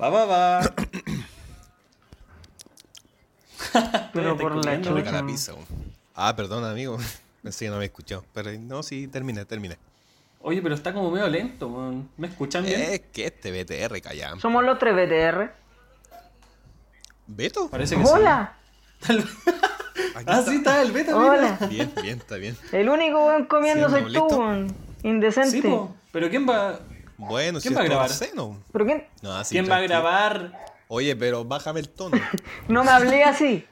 Va, va, va. Pero Te por la comiendo, chucha. Ocho. Rica la pizza, weón. Ah, perdón, amigo. Pensé que no me escuchó. Pero no, sí, termina, termina. Oye, pero está como medio lento, weón. ¿Me escuchan bien? Es que este BTR callan. Somos los tres BTR. ¿Beto? Parece que sí. Hola, Aquí Ah, sí, está el beta, hola. mira. Bien, bien, está bien. El único weón comiendo Sí, soy tú, Pablito. weón. Sí, Indecente. po. Pero ¿quién va, Bueno, ¿Quién si va a esto grabar? seno. ¿Pero quién? No, ah, sí, ¿quién va a tranquilo. grabar? Oye, pero bájame el tono. No me hablé así.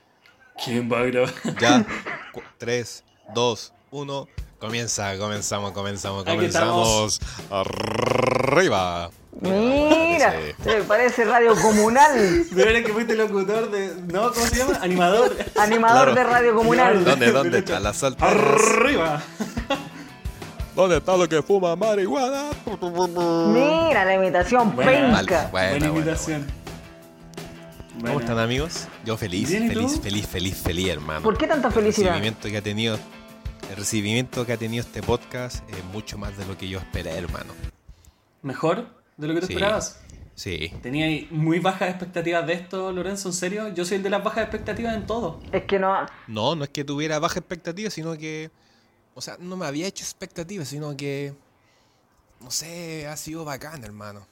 ¿Quién va a grabar? Ya. Cu- Tres, dos, uno. Comienza, comenzamos, comenzamos, Aquí comenzamos. Arriba. Mira, Sí. eh, parece radio comunal. De verdad que fuiste locutor de. No, ¿cómo se llama? Animador. Animador Claro. de radio comunal. ¿Dónde, dónde está la salta? Arriba. ¿Dónde está lo que fuma marihuana? Mira la imitación Buena. penca. Buena Vale, bueno, bueno, invitación. ¿Cómo están amigos? Yo feliz, Bien, ¿y tú? feliz, feliz, feliz, feliz, hermano. ¿Por qué tanta El felicidad? recibimiento que ha tenido, el recibimiento que ha tenido este podcast es mucho más de lo que yo esperé, hermano. ¿Mejor de lo que tú Sí. esperabas? Sí. Tenía ahí muy bajas expectativas de esto, Lorenzo, ¿en serio? Yo soy el de las bajas expectativas en todo. Es que no. No, no es que tuviera baja expectativa, sino que, o sea, no me había hecho expectativa, sino que, no sé, ha sido bacán, hermano.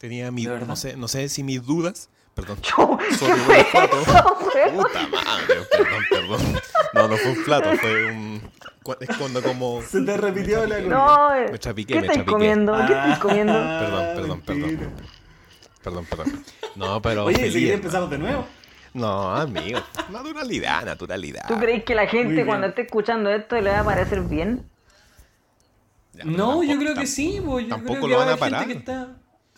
Tenía mi, ¿De verdad? no sé, no sé si mis dudas, perdón. Chu, Sobre ¿Qué los fue platos. eso, weón? Puta madre, perdón, perdón. No, no fue un plato, fue un. cu- Es cuando como. Se te repitió la No, eh, Me chapiqué, ¿qué me estáis chapiqué. comiendo? ¿Qué Ah, estáis comiendo? Perdón, perdón, perdón. Perdón, perdón. No, pero. Oye, ¿y si feliz, quería hermano. empezamos de nuevo? No, amigo. Naturalidad, naturalidad. ¿Tú crees que la Muy bien. gente cuando esté escuchando esto le va a parecer bien? Ya, pero No, yo tampoco- creo que sí, bo, yo tampoco creo que lo va van a a haber parar. gente que está...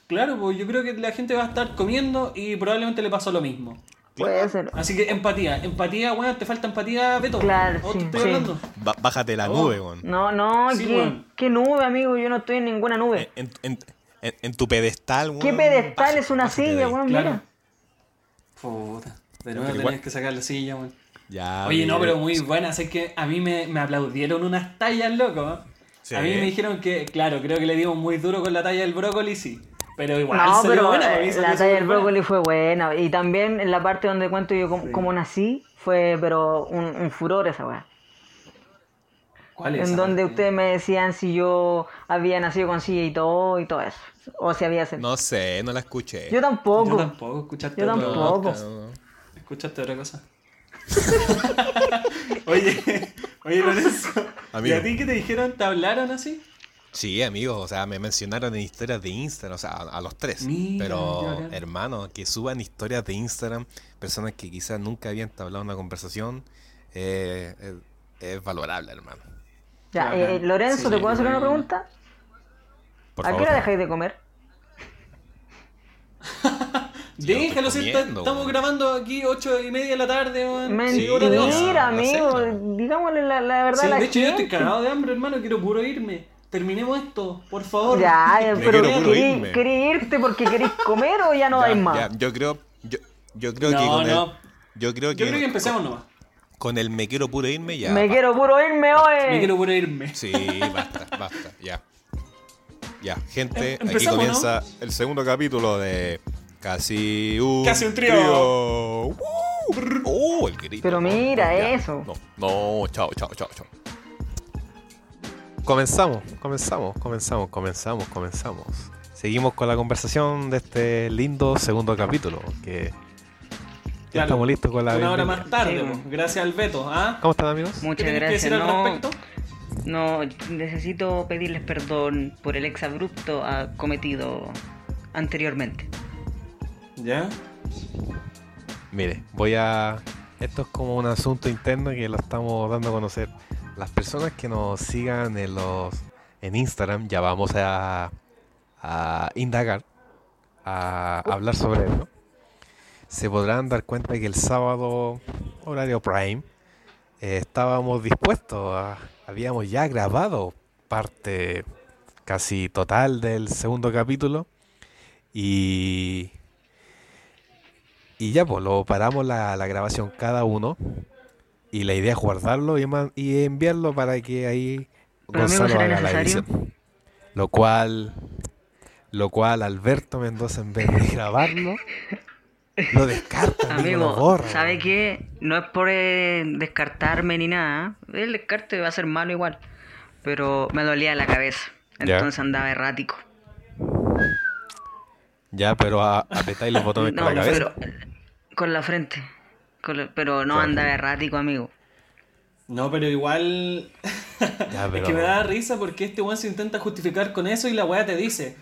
Claro, bo, yo creo que la gente va a estar comiendo y probablemente le pasó lo mismo. Puede ser. Así que empatía, empatía, bueno, te falta empatía, Beto. Claro, ¿O te sí, estoy sí. hablando? Ba- Bájate la Oh. nube, weón. No, no, Sí, ¿qué, weón. Eh, qué nube, amigo. Yo no estoy en ninguna nube. En, en- en- en tu pedestal, weón. ¿Qué pedestal Bájate, es una bájate de silla, ahí. weón? Claro. Mira. Puta, de pero nuevo igual- tenías que sacar la silla, weón. Ya, Oye, no, mira. pero muy buena. Sé que a mí me, me aplaudieron unas tallas, loco. ¿eh? Sí. A mí me dijeron que, claro, creo que le dimos muy duro con la talla del brócoli, sí. Pero igual No, salió pero buena. eh, a mí salió la talla súper del buena. brócoli fue buena. Y también en la parte donde cuento yo cómo, cómo nací, fue pero un, un furor esa weá. ¿Cuál es? En esa donde parte? ustedes me decían si yo había nacido con silla y todo y todo eso. O si había sentido. No eh, sé, no la escuché. Yo tampoco. Yo tampoco, escuchaste Yo otra- tampoco. No, no. Escuchaste otra cosa. oye, oye, Lorenzo. Amigo. ¿Y a ti qué te dijeron? ¿Te hablaron así? Sí, amigos, o sea, me mencionaron en historias de Instagram, o sea, a, a los tres. Mira, qué Pero, bacán. hermano, que suban historias de Instagram, personas que quizás nunca habían entablado una conversación, eh, es, es valorable, hermano. Ya, Bacán. eh, Lorenzo, ¿te Sí, puedo hacer una bueno. pregunta? Por ¿A favor. qué hora dejáis de comer? Sí, lo Déjalo, estoy si está- comiendo, estamos weón. grabando aquí 8 y media de la tarde, weón. Sí, Mentira, Hora de once. no, amigo. no sé, Digámosle la, la verdad Sí, a la de hecho yo estoy gente. cagado de hambre, hermano, quiero puro irme. Terminemos esto, por favor. Ya, ya, Me pero quiero puro querí, irme. querí irte porque querís comer o ya no Ya, dais más. ya, yo creo, yo, yo creo No, que con no. el, yo creo que, Yo creo que empecemos nomás. con el me quiero puro irme ya. me basta. quiero puro irme hoy. Me quiero puro irme. Sí, basta, basta, ya. Ya, Em- gente, aquí empezamos, comienza el segundo capítulo de Casi un, Casi un trío. ¡Woo! ¡Oh, el grito! Pero mira Ya, eso. No, no, chao, chao, chao, chao. Comenzamos, comenzamos, comenzamos, comenzamos, comenzamos. Seguimos con la conversación de este lindo segundo capítulo, que ya Claro. estamos listos con la Una hora bienvenida. más tarde, Sí, po. bueno. gracias al Beto. ¿ah? ¿Cómo están, amigos? ¿Qué Muchas tenés que gracias. decir al No, respecto? no, necesito pedirles perdón por el exabrupto ah, cometido anteriormente. ¿Ya? Mire, voy a. Esto es como un asunto interno que lo estamos dando a conocer. Las personas que nos sigan en los en Instagram ya vamos a, a indagar, a hablar sobre ello. Se podrán dar cuenta que el sábado, horario prime, eh, estábamos dispuestos, a- habíamos ya grabado parte casi total del segundo capítulo y y ya, pues lo paramos la, la grabación cada uno. Y la idea es guardarlo y, ma- y enviarlo para que ahí Pero, amigo, Gonzalo ¿será haga la necesario? edición. Lo cual Lo cual Alberto Mendoza, en vez de grabarlo, lo descarta. amigo, lo Amigo, borra, ¿sabe weón. qué? No es por eh, descartarme ni nada. ¿eh? El descarte va a ser malo igual. Pero me dolía la cabeza. Ya. Entonces andaba errático. Ya, pero a- apretáis los botones No, con la cabeza. pero con la frente. Con la- pero no Con la andaba frente. errático, amigo. No, pero igual. Ya, Es pero- que me da risa porque este weón se intenta justificar con eso y la weá te dice.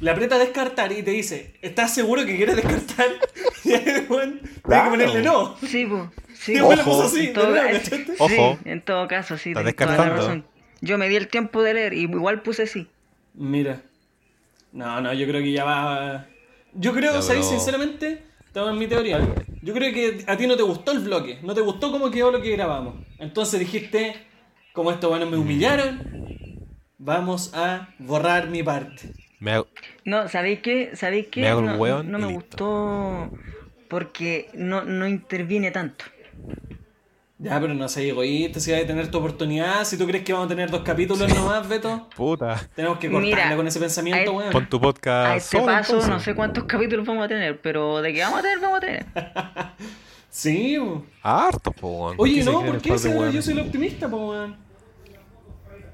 Le aprieta descartar y te dice, ¿estás seguro que quieres descartar? Y el weón tiene que Claro. ponerle no. Sí, po. Sí, Y el po. weón le Ojo. puso así, En de todo nuevo, ca- ¿cachaste? sí, Ojo. en todo caso, sí. Está tenés toda la descartando. razón. Yo me di el tiempo de leer y igual puse sí. Mira. No, no, yo creo que ya va. Yo creo, Ya, ¿sabéis? pero- Sinceramente, estaba en mi teoría. Yo creo que a ti no te gustó el bloque, no te gustó cómo quedó lo que grabamos. Entonces dijiste, como estos buenos me humillaron, vamos a borrar mi parte. Me hago- No, ¿sabéis qué? ¿Sabéis qué? Me hago el no, hueón no y me listo. gustó porque no, no interviene tanto. Ya, pero no seas egoísta, si vas a tener tu oportunidad, si tú crees que vamos a tener dos capítulos nomás, Beto, Puta. tenemos que cortarla Mira, con ese pensamiento, a- weón. Pon tu podcast. A este Ah, solo, paso entonces. no sé cuántos capítulos vamos a tener, pero de qué vamos a tener, vamos a tener. Sí, po. Harto, po, weón. Oye, ¿Qué se no, creen ¿por el qué? par de Si ahora Yo weones? soy el optimista, po, weón.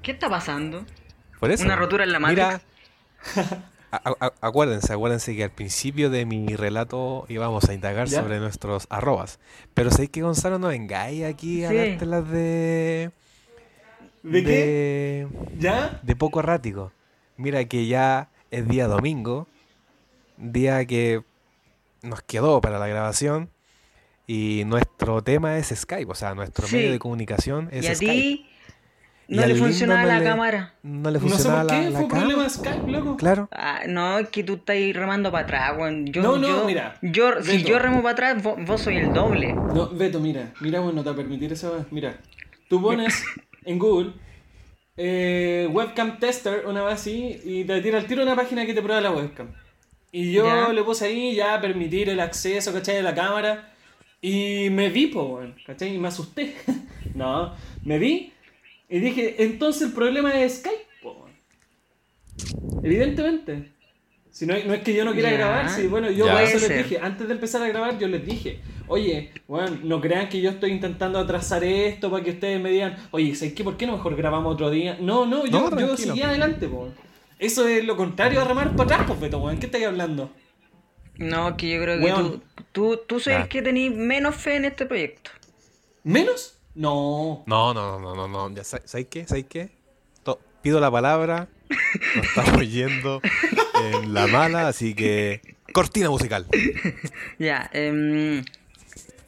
¿Qué está pasando? Por eso. Una rotura en la Mira, a- a- a- acuérdense, acuérdense que al principio de mi relato íbamos a indagar ¿Ya? sobre nuestros arrobas. Pero sé que Gonzalo no vengáis aquí a Sí. darte las de. ¿De qué? de- ¿Ya? de poco errático. Mira que ya es día domingo, día que nos quedó para la grabación y nuestro tema es Skype, o sea, nuestro Sí. medio de comunicación es y a Skype. ti Y no al le lindo funcionaba no la le- cámara. No le No sé funcionaba por la- qué, la fue un cámara. problema de Skype, loco. Claro. Ah, no, es que tú estás remando para atrás, weón. Yo, No, no, yo, mira, yo- si Beto. yo remo para atrás, vo- vos, soy el doble. No, Beto, mira, mira, bueno, no te va a permitir esa weá. Mira, tú pones en Google eh, webcam tester, una vez así, y te tira al tiro una página que te prueba la webcam. Y yo Ya. le puse ahí ya permitir el acceso, ¿cachai? De la cámara. Y me vi, po, weón, ¿cachai? Y me asusté. no, me vi y dije, entonces el problema es Skype, po, weón. Evidentemente. Si no, no es que yo no quiera Ya. grabar, si bueno, yo Ya. por eso les Puede ser. dije, antes de empezar a grabar, yo les dije, oye, bueno, no crean que yo estoy intentando atrasar esto para que ustedes me digan, oye, ¿sabes qué? ¿Por qué no mejor grabamos otro día? No, no, yo, No, yo tranquilo. pues. seguí adelante, po. Eso es lo contrario a remar para atrás, po, Beto, weón. ¿Qué estáis hablando? No, que yo creo que Weón. tú, tú, tú soy Ya. el que tenés menos fe en este proyecto. ¿Menos? No. No, no, no, no, no, no. Ya, sa- ¿Sabes qué? ¿Sabes qué? To- pido la palabra. Nos estamos yendo en la mala, así que cortina musical. Ya, em,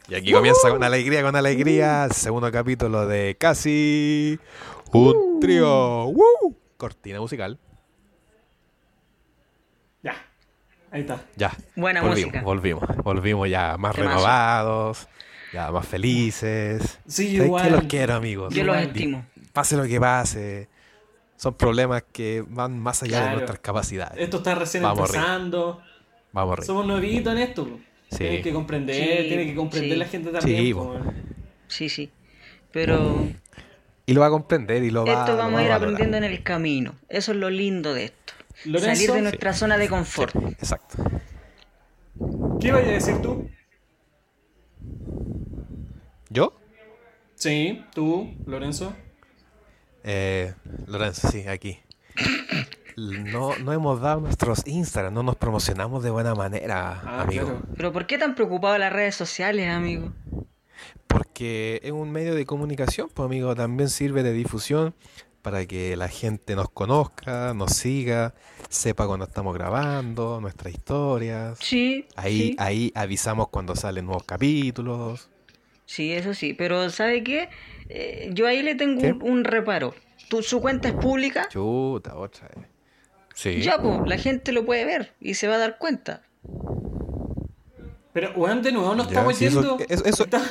Y aquí comienza con alegría, con alegría, el segundo capítulo de Casi un trío. ¡Woo! Cortina musical. Ya. Ahí está. Ya. Buena volvimos, música. Volvimos, volvimos ya más Temazo. renovados, ya más felices. Sí, ¿Sabes igual. qué? los quiero, amigos. yo los Igual. estimo. Pase lo que pase. Son problemas que van más allá de Claro. nuestras capacidades. Esto está recién Vamos arriba. empezando. Vamos arriba. Somos novitos en esto, po. Sí. Tienes que comprender, Sí, tiene que comprender sí. la gente también. Sí, po, po. weón. Sí, sí. Pero Y lo va a comprender y lo va, esto lo va vamos a ir valorar. aprendiendo en el camino. Eso es lo lindo de esto. Lorenzo, Salir de nuestra zona de confort. Exacto. ¿Qué vaya a decir tú? ¿Yo? Sí, tú, Lorenzo. Eh, Lorenzo, sí, aquí. No, no hemos dado nuestros Instagram, no nos promocionamos de buena manera, Ah, amigo. claro. Pero ¿por qué tan preocupado las redes sociales, amigo? Porque es un medio de comunicación, pues amigo, también sirve de difusión para que la gente nos conozca, nos siga, sepa cuando estamos grabando, nuestras historias. Sí. Ahí, sí. ahí avisamos cuando salen nuevos capítulos. Sí, eso sí, pero ¿sabe qué? Eh, yo ahí le tengo ¿Qué? un, un reparo. Tu, su cuenta es pública, Chuta, otra vez. Sí. ya pues, la gente lo puede ver y se va a dar cuenta. Pero, weón, de nuevo, no Ya, estamos sí, eso- yendo. eso- eso- Está-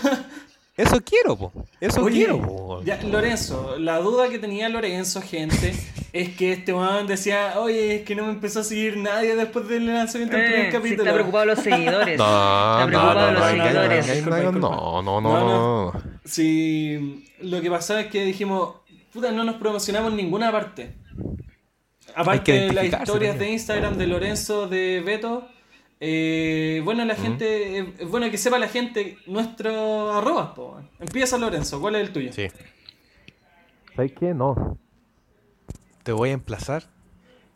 Eso quiero, po. Eso Oye, quiero, po. ya, Lorenzo, la duda que tenía Lorenzo, gente, es que este weón decía, oye, es que no me empezó a seguir nadie después del lanzamiento del Eh, primer si capítulo. está preocupado de los seguidores. No, está no, preocupado no, de no, los no, venga, seguidores. venga, no, no, no, no, no, no. Sí, lo que pasaba es que dijimos, puta, no nos promocionamos en ninguna parte. Aparte que de las identificarse historias también. de Instagram de Lorenzo, de Beto, eh, bueno, la gente, eh, es bueno que sepa la gente nuestro arroba. po, weón. Empieza Lorenzo, ¿cuál es el tuyo? Sí. ¿Sabes qué? No. Te voy a emplazar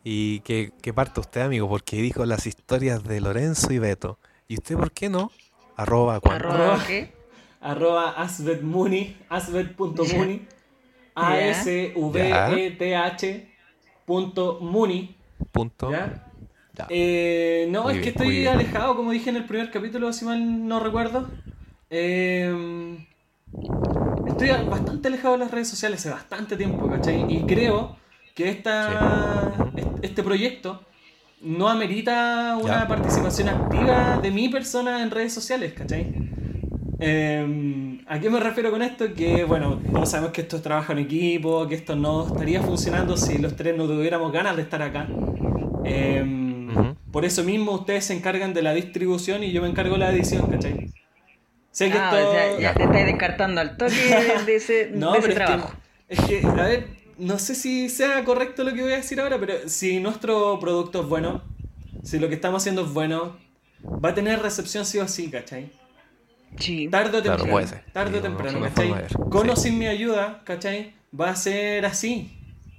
y que, que parta usted, amigo, porque dijo las historias de Lorenzo y Beto. ¿Y usted por qué no? Arroba Juan. Arroba, ¿qué? Arroba asbetmuni, asbet.muni, Ya. a s v e t h punto muni, Punto. ¿ya? Ya. Eh, no, Muy es que bien, muy estoy bien. alejado, como dije en el primer capítulo, si mal no recuerdo. Eh, estoy bastante alejado de las redes sociales hace bastante tiempo, ¿cachai? Y creo que esta, Sí. est- este proyecto no amerita una Ya. participación activa de mi persona en redes sociales, ¿cachai? Eh, ¿A qué me refiero con esto? Que, bueno, todos sabemos que esto trabaja en equipo, que esto no estaría funcionando si los tres no tuviéramos ganas de estar acá. Eh, Ujú. Por eso mismo ustedes se encargan de la distribución y yo me encargo de la edición, ¿cachai? Sé que Ah, esto... o sea, ya te estás descartando al toque de, de ese, No, de pero es ese que- trabajo. es que, a ver, no sé si sea correcto lo que voy a decir ahora, pero si nuestro producto es bueno, si lo que estamos haciendo es bueno, va a tener recepción sí o sí, ¿cachai? Sí. Tarde o Claro, temprano. puede ser. Tarde o Sí, no, temprano, es una ¿cachai? forma de ver. Con o Sí. sin mi ayuda, ¿cachai? Va a ser así.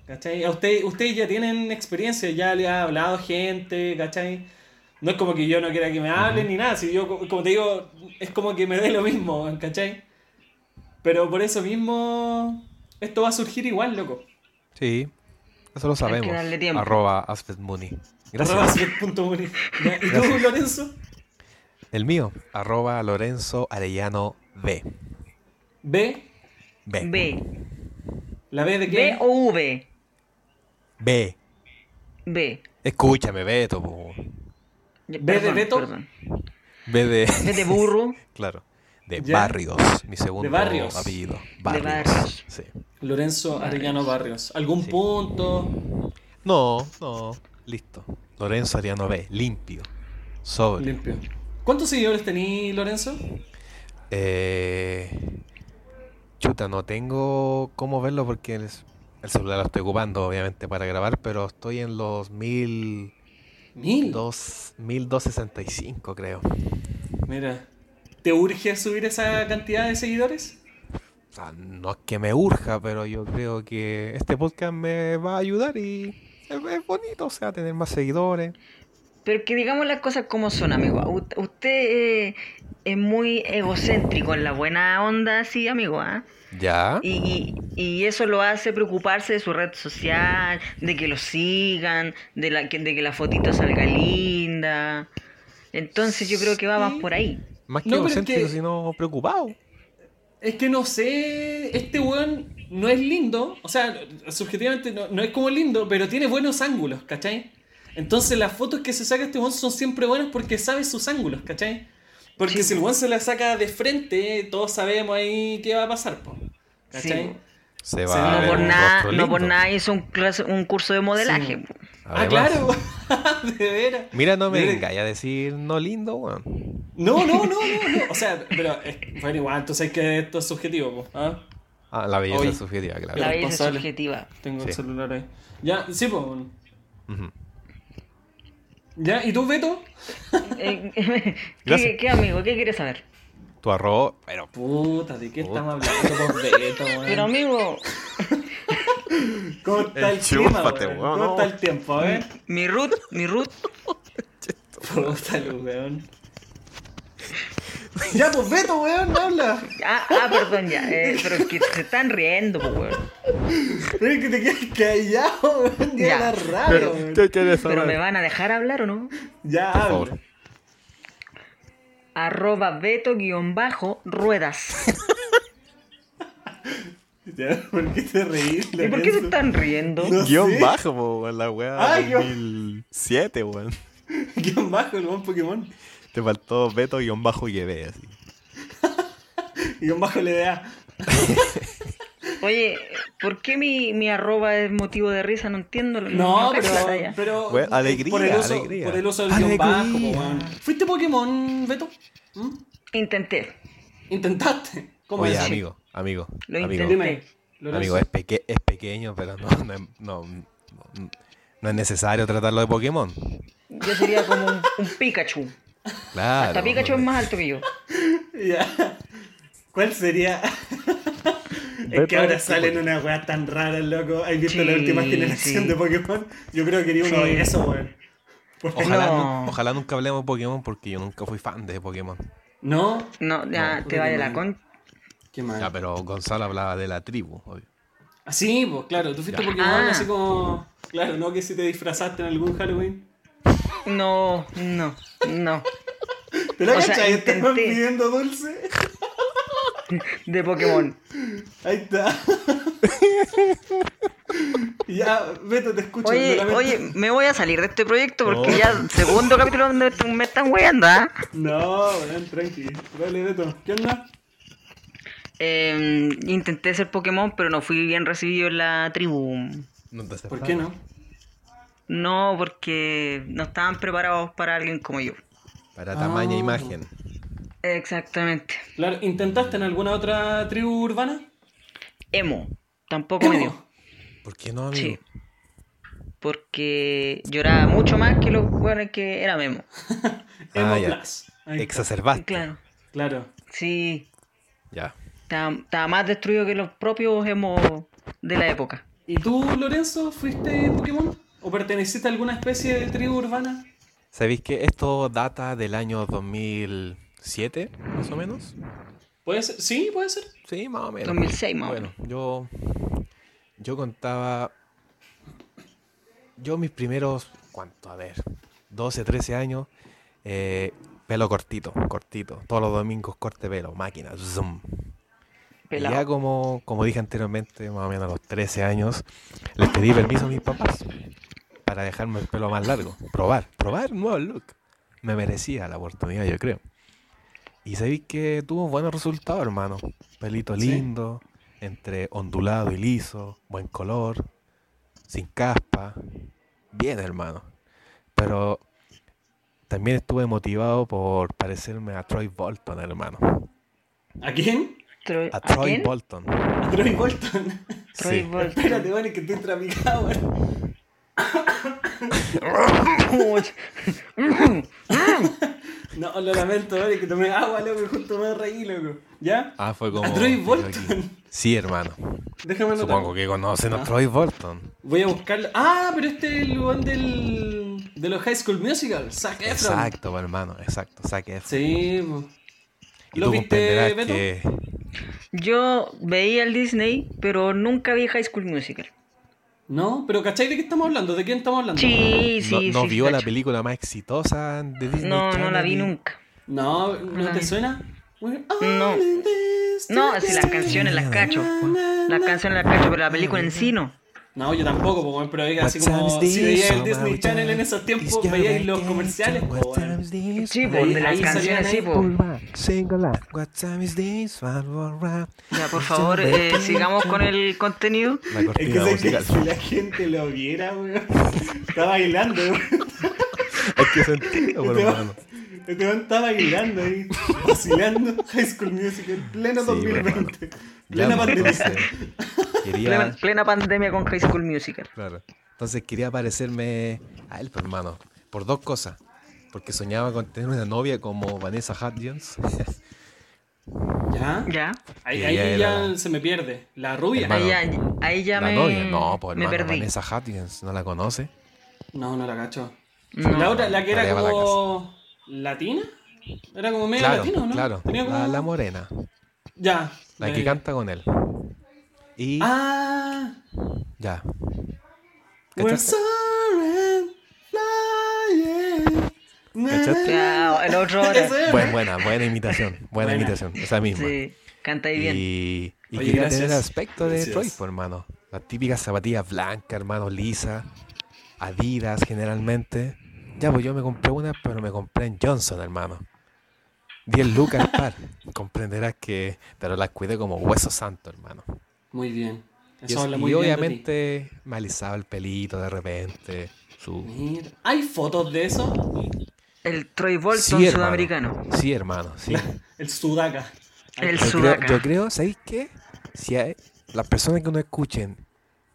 ¿Cachai? A usted, ustedes ya tienen experiencia, ya le ha hablado gente, ¿cachai? No es como que yo no quiera que me hablen ni nada, si yo, co- como te digo, es como que me dé lo mismo, ¿cachai? Pero por eso mismo, esto va a surgir igual, loco. Sí. Eso lo que sabemos. darle tiempo. Arroba Asbetmuni. Gracias. Arroba Ciudad punto Muni. Ya, ¿Y tú, Gracias. Lorenzo? El mío. Arroba Lorenzo Arellano B. B, B. B. B. la B de B qué? o V. B. Escúchame, Beto. po. Ya, B de perdón, Beto. perdón. B de... B de burro. Claro. De Ya. Barrios. Mi segundo Barrios. apellido. Barrios. Barrios. Sí. Ah, Lorenzo Arellano Barrios. ¿Algún Sí. punto? No, no. Listo. Lorenzo Ariano B. Limpio. Sobre. Limpio. ¿Cuántos seguidores tení, Lorenzo? Eh, Chuta, no tengo cómo verlo porque el, el celular lo estoy ocupando, obviamente, para grabar, pero estoy en los mil Mil. dos- mil dos sesenta y cinco, creo. Mira. ¿Te urge subir esa cantidad de seguidores? O sea, no es que me urja, pero yo creo que este podcast me va a ayudar y es, es bonito, o sea, tener más seguidores. Pero que digamos las cosas como son, amigo. U- Usted eh, es muy egocéntrico en la buena onda, sí, amigo. ¿ah? Ya. Y, y- y eso lo hace preocuparse de su red social, de que lo sigan, de, la, que- de que la fotito salga linda. Entonces yo creo que va más Sí. por ahí. Más que No, pero es egocéntrico, que- sino preocupado. Es que no sé. Este weón no es lindo. O sea, subjetivamente no, no es como lindo, pero tiene buenos ángulos, ¿cachai? Entonces las fotos que se saca este weón son siempre buenas porque sabe sus ángulos, ¿cachai? Porque si el weón se la saca de frente, todos sabemos ahí qué va a pasar, po, ¿cachai? Sí. Se Sí, va a No ver, por, un nada, rostro no por lindo. nada hizo un, clase- un curso de Sí. modelaje. po. Ah, Además, claro. de veras. Mira, no me Mira- venga a decir no lindo, weón. No, no, no, no, no. O sea, pero es, bueno, igual, tú sabes que esto es subjetivo, po, ¿ah? Ah, la belleza Oye. es subjetiva, claro. La belleza es Irresponsable. subjetiva. Tengo el Sí. celular ahí. Ya, sí, pues. Ujú. Ya, ¿y tú, Beto? Eh, ¿qué- Gracias. ¿qué, amigo? ¿Qué quieres saber? Tu arroz, pero Puta, ¿de qué estamos hablando con Beto, weón? Pero amigo, ¿Cómo está el clima, Enchúfate, weón? weón, ¿Cómo no. está el tiempo, a ver? mi Ruth, mi Ruth, Puta, el weón. Ya, pues, Beto, weón, habla. Ah, ah, perdón, ya. eh, pero es que se están riendo, pues, weón. Pero es que te quedas callado, weón. Ya, Ya. la rabia, weón. quieres Pero me van a dejar hablar o no? Ya, Por habla. favor. Arroba Beto-ruedas. Ya, ¿por qué te reís, ¿Y por qué se Lorenzo? están riendo? No Guión sé. bajo, po, weón, la weá Ah, del guión- 2007, weón. Guión bajo, el buen Pokémon. Te faltó Beto guión bajo y EB, así. Guión bajo LDA. Oye, ¿por qué mi, mi arroba es motivo de risa? No entiendo. No, cacho la pero, talla. pero Bueno, alegría, por el uso, alegría. Por el uso del guión Alegría. bajo, po, weón. ¿Fuiste Pokémon, Beto? ¿Mm? Intenté, ¿Intentaste? ¿Cómo Oye, es? amigo, amigo, lo amigo. intenté. Dime, Lorenzo. Amigo, es, peque- es pequeño, pero no, no, no, no- No es necesario tratarlo de Pokémon. Yo sería como un, un Pikachu. Claro. Hasta Pikachu es más alto que yo. eh. Ya. ¿Cuál sería? es Ve que para ahora el salen unas weas tan raras, loco. ¿Has visto la Sí, última generación sí. de Pokémon? Yo creo que quería uno de Sí. esos, weón. Porque- Ojalá, No. nu- ojalá nunca hablemos de Pokémon porque yo nunca fui fan de Pokémon. ¿No? No, ya No, te vaya la Pokémon. con. Qué mal. Ya, pero Gonzalo hablaba de la tribu, obvio. Ah, sí, pues claro, tú fuiste Ya. Pokémon Ah. así como. Claro, no que si te disfrazaste en algún Halloween. No, no, no. ¿Te la O sea, cachas? Ahí estaban intenté. pidiendo dulce. De Pokémon. Ahí está. ya, Beto, te escucho. lo Oye, lamento. oye, me voy a salir de este proyecto porque No. ya segundo capítulo donde me están weando, ¿ah? No, weón, tranqui. Dale, Beto. ¿Qué onda? Eh, intenté ser Pokémon, pero no fui bien recibido en la tribu. No te ¿Por qué no? No, porque no estaban preparados para alguien como yo. Para tamaño e Ah. imagen. Exactamente. Claro, ¿intentaste en alguna otra tribu urbana? Emo. Tampoco me dio. ¿Por qué no, Sí. amigo? Porque lloraba mucho más que los buenos que era Memo. Emo Ah, ya. Plus. Ahí está. Exacerbaste. Claro. Claro. Sí. Ya. Estaba, estaba más destruido que los propios Emo de la época. ¿Y tú, Lorenzo, fuiste Pokémon? ¿O perteneciste a alguna especie de tribu urbana? ¿Sabéis que esto data del año 2007, más o menos? ¿Puede ser? Sí, puede ser. Sí, más o menos. 2006 más o Bueno, yo, yo contaba... Yo mis primeros, ¿cuánto? A ver, 12, 13 años, eh, pelo cortito, cortito. Todos los domingos corte pelo, máquina, zoom. Y Pelado. Ya como, como dije anteriormente, más o menos a los 13 años, les pedí permiso a mis papás para dejarme el pelo más largo. Probar, probar nuevo look. Me merecía la oportunidad, yo creo. Y sabéis que tuvo buenos resultados, hermano. Pelito Sí. lindo, entre ondulado y liso, buen color, sin caspa. Bien, hermano. Pero también estuve motivado por parecerme a Troy Bolton, hermano. ¿A quién? Tro- A, ¿a Troy quién? Bolton. A Troy Bolton. Troy Sí. Bolton. Espérate, bueno, es que estoy trabicado, weón. No, lo lamento, vale, que tomé agua, loco, y justo me reí, loco. ¿Ya? Ah, fue como. A Troy yo Bolton. aquí. Sí, hermano. Déjame anotar. Supongo que conocen Ah. a Troy Bolton. Voy a buscarlo. Ah, pero este es el weón del. de los High School Musical, Zac Efron. Exacto, hermano, exacto. Saque eso. Sí, po. y ¿lo tú viste, comprenderás Beto? que. Yo veía el Disney, pero nunca vi High School Musical. No, pero ¿cachai de qué estamos hablando? ¿De quién estamos hablando? Sí, sí, no sí. no sí, vio la cacho. película más exitosa de Disney. No, no la vi Channel. nunca. No, ¿no Ajá. te suena? ah, We're all No. in this No, si las together. canciones las cacho. Na, na, Las na. canciones las cacho, pero la película en sí no. No, yo tampoco, po, weón, pero era así What time como is si veíais this? el Oh, Disney my Channel God. en esos tiempos, It's your veíais los vacation. comerciales, po, What time weón. is this? Sí, Ahí- pues, de las ahí canciones sí, salían pues. Singular. What time is this? What- what- what? Ya, por favor, eh, sigamos con el contenido. La Es cortina que, sé que musical. si la gente lo viera, weón, está bailando, weón. Hay que sentirlo, Este hermano. man- Este man está bailando ahí, vacilando High School Musical, pleno Sí, 2020, Ya, plena pues, pandemia. entonces, Plena, Quería. plena pandemia con High School Musical. Claro. Entonces quería parecerme a él, pues, hermano, por dos cosas. Porque soñaba con tener una novia como Vanessa Hudgens. ¿Ya? ¿Ya? Ahí, Que ahí ya ya, era la- se me pierde, la rubia. Hermano, Ahí ya, ahí ya la me, novia, no, pues me hermano, perdí. Vanessa Hudgens no la conoce. No, no la cacho. No. La otra, la que era Tarea para la como latina, era como medio claro, latino, ¿no? claro. Tenía como... La, la morena, Ya. la ya, que ya. canta con él. Y Ah, ya. we're ¿Cachaste? soaring, flying. na, ¿Cachaste? na, Ya, el otro na. ahora. Ese era. Buen- buena, buena imitación, buena, Buena. imitación, esa misma. Sí, canta ahí bien. Y, y Oye, quería gracias. tener el aspecto de Gracias. Troy, pues, hermano. Las típicas zapatillas blancas, hermano, lisa, Adidas generalmente. Ya, pues yo me compré una, pero me compré en Johnson, hermano. 10 lucas par. Comprenderás que, pero las cuidé como hueso santo, hermano. Muy bien. Y, Eso es- habla y muy bien de ti. obviamente me alisaba el pelito de repente. Su... Mira, ¿Hay fotos de eso? El Troy Bolton Sí, hermano. sudamericano. Sí, hermano, sí. El sudaca. El Yo creo, sudaca. yo creo, ¿sabéis qué? Si hay- las personas que nos escuchen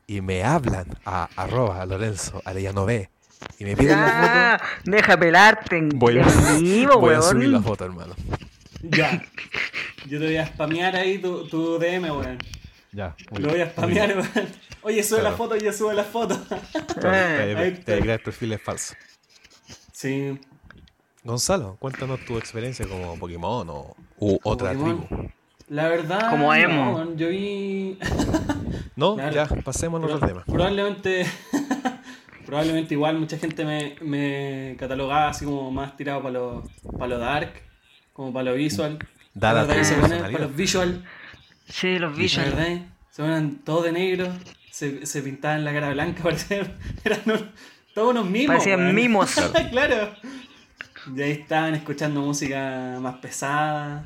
y me hablan a arroba Lorenzo Arellano B y me piden la Ah, deja pelarte en, foto, voy a, en vivo, voy a weón. subir la foto, hermano. Ya. Yo te voy a spamear ahí tu, tu DM, weón. Ya. muy Lo voy a bien, muy spamear, bien. weón. Oye, sube Claro. la foto, oye, sube la foto. Te- Ah, Ahí Te está. te creas perfiles falsos. sí. Gonzalo, cuéntanos tu experiencia como Pokémon o u otra Pokémon. tribu. La verdad. Como no, emo. weón, yo vi. No, Claro. ya, pasemos a otro Pro- tema. Probablemente, probablemente igual mucha gente me, me catalogaba así como más tirado para lo, pa' lo dark, como para lo visual. Da la La verdad que se tu ponen personalidad. para los visual, Sí, los la Vision. verdad, se ponen todos de negro, se, se pintaban la cara blanca, parecían, eran un- todos unos mimos. Parecían weón. mimos. claro. Y ahí estaban escuchando música más pesada.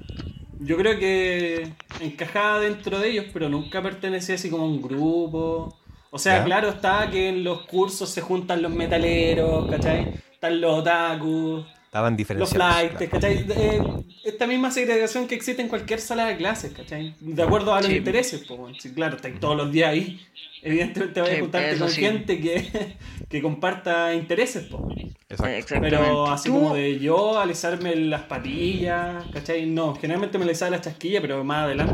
Yo creo que encajaba dentro de ellos, pero nunca pertenecía así como a un grupo. O sea, Ya. claro, está que en los cursos se juntan los metaleros, ¿cachai? Están los otakus, Estaban los diferenciados. flights, pues, claro. ¿cachai? Eh, esta misma segregación que existe en cualquier sala de clases, ¿cachai? De acuerdo a los Sí. intereses, pues, bueno. Sí, claro, estáis todos los días ahí. Evidentemente vas a Sí, juntarte eso con sí. gente que, que comparta intereses, pues. Exacto. Pero así Tú- como de yo alisarme las patillas, ¿cachai? No, generalmente me alisaba las chasquillas, pero más adelante.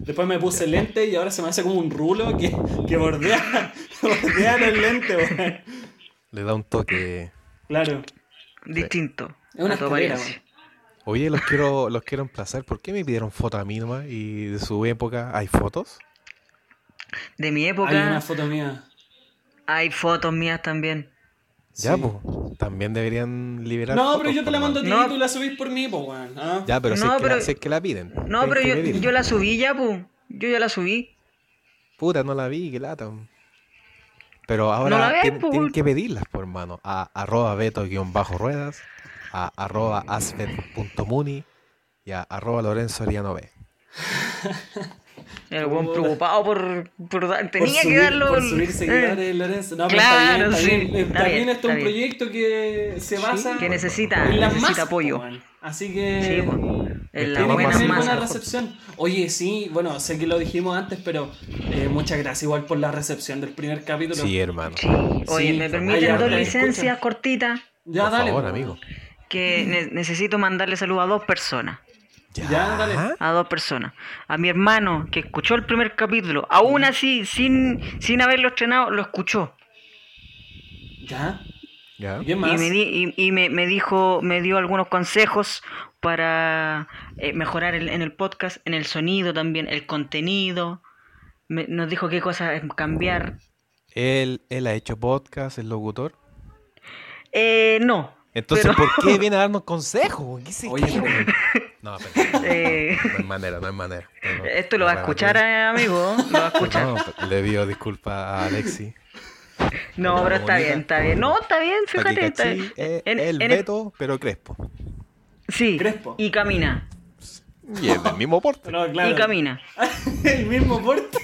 Después me puse lente y ahora se me hace como un rulo que, que bordea, bordea los lentes, weón. Le da un toque. Claro. Distinto. Es una a tu escalera, apariencia. Oye, los quiero, los quiero emplazar. ¿Por qué me pidieron fotos a mí nomás? ¿Y de su época hay fotos? De mi Hay época una foto mía. hay fotos mías también. Ya, Sí. pues. También deberían liberar. No, fotos, pero yo te por la mano. mando a ti No. y tú la subís por mí, pues, weón. ¿ah? Ya, pero, si, No, es que la, pero- si es que la piden. No, Tienen pero que yo, pedirla. yo la subí ya, pu. Yo ya la subí. Puta, no la vi, qué lata. Pero ahora No la ves, tien- pues. tienen que pedirlas, por hermano. A arroba beto-ruedas, a arroba asfet.muni y a arroba lorenzo Ariano B. El buen Puta. preocupado por, por dar- Por Tenía subir- que darlo. Por subir seguidores, eh, Lorenzo. No, Claro, pero está bien, sí, está bien. está También este bien, es un está bien. proyecto que se basa que necesita, en las necesita masas, apoyo. po, weón. Así que. Sí, po. En las Tiene Tiene buenas que tener buena masas. recepción. Oye, sí, bueno, sé que lo dijimos antes, pero eh, muchas gracias igual por la recepción del primer capítulo. Sí, hermano. Sí, oye, Sí, me por permiten favor. dos Escucha. licencias cortitas ya por dale. favor, po. amigo. que ne- necesito mandarle salud a dos personas. Ya, Ya, dale. A dos personas. A mi hermano, que escuchó el primer capítulo, aún así, sin, sin haberlo estrenado, lo escuchó. Ya. Ya. ¿Y quién Y, más? me, di- y, y me, me dijo, me dio algunos consejos para eh, mejorar el- en el podcast, en el sonido también, el contenido. Me- nos dijo qué cosas cambiar. Él, él ha hecho podcast, es locutor. Eh, no. Entonces, pero, ¿por qué viene a darnos consejos? ¿Qué se Oye, cree? pero- No, pero, eh, no es manera, no es manera. No, esto lo no, va a no, escuchar, no. eh, amigo. Lo va a escuchar. No, le dio disculpa a Alexi. No, pero está bien, está bien. No, está bien, fíjate. Está Taquicachi, bien. eh, En- el en- Beto, pero Crespo. Sí, Crespo. y camina. Y es del mismo porte. No, claro. Y camina. El mismo porte.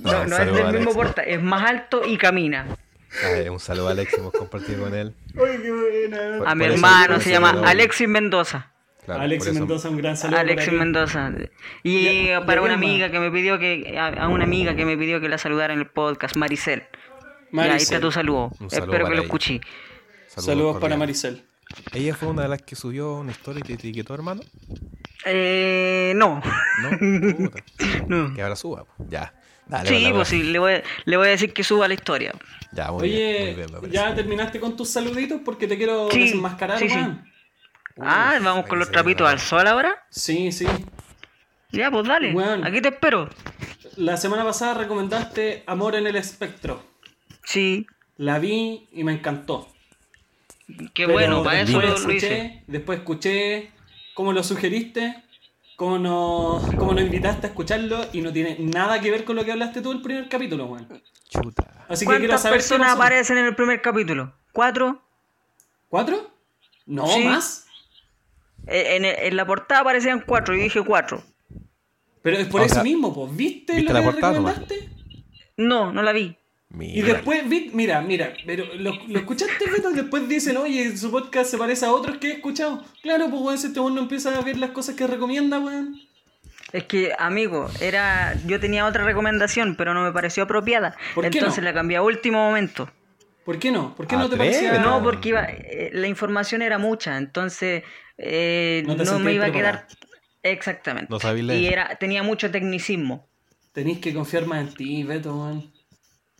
No, no, es saludo a del mismo Alexis. porte, es más alto y camina. Ay, un saludo a Alexis, hemos compartido con él. Oye, qué buena. Por- A mi por eso- hermano por se eso llama me lo- Alexis Mendoza. Claro, Alexis por eso- Mendoza, un gran saludo. Alexis por ahí. Mendoza. Y Ya- ya para una llama. amiga que me pidió que a, a una amiga que me pidió que la saludara en el podcast, Maricel. Ya, ahí Maricel. está tu saludo. Un saludo Espero para que lo ella. escuché. Saludos, Saludos para cordiales. Maricel. Ella fue una de las que subió una historia y te etiquetó, hermano. Eh, no. No, puta. No. que ahora suba. po. Ya. Dale, sí, dale, pues dale. sí, le voy, a- le voy a decir que suba la historia. Ya, muy bien, muy Oye, bien, me parece. ya terminaste con tus saluditos porque te quiero Sí, desenmascarar, sí, sí. weón. ah, Uf, vamos con ahí los se viene trapitos la- al sol ahora. Sí, sí. Ya, pues dale. Weón. Aquí te espero. La semana pasada recomendaste Amor en el Espectro. Sí, La vi y me encantó. qué Pero bueno, para eso después lo, lo escuché, hice. Después escuché cómo lo sugeriste, cómo nos, cómo nos invitaste a escucharlo y no tiene nada que ver con lo que hablaste tú el primer capítulo, weón. Chuta. Así que quiero ¿Cuántas saber. personas quiénes son. aparecen en el primer capítulo? ¿Cuatro? ¿Cuatro? No, Sí. más. Eh, En, en la portada aparecían cuatro, yo dije cuatro. Pero es por O eso sea, mismo, pues. ¿Viste, ¿viste lo la que portada nomás? recomendaste? No, no la vi. Y Mira. después, vi- mira, mira, pero lo, lo escuchaste, Beto, y después dicen, oye, su podcast se parece a otros que he escuchado. Claro, pues, weón, si este weón no empieza a ver las cosas que recomienda, weón. Es que, amigo, era yo tenía otra recomendación, pero no me pareció apropiada. ¿Por qué Entonces no? la cambié a último momento. ¿Por qué no? ¿Por qué no te Atrévete. parecía? No, porque iba, eh, la información era mucha, entonces eh, No no, te me sentías iba a quedar... Exactamente. No sabías leer. y era, tenía mucho tecnicismo. Tenés que confiar más en ti, Beto, man.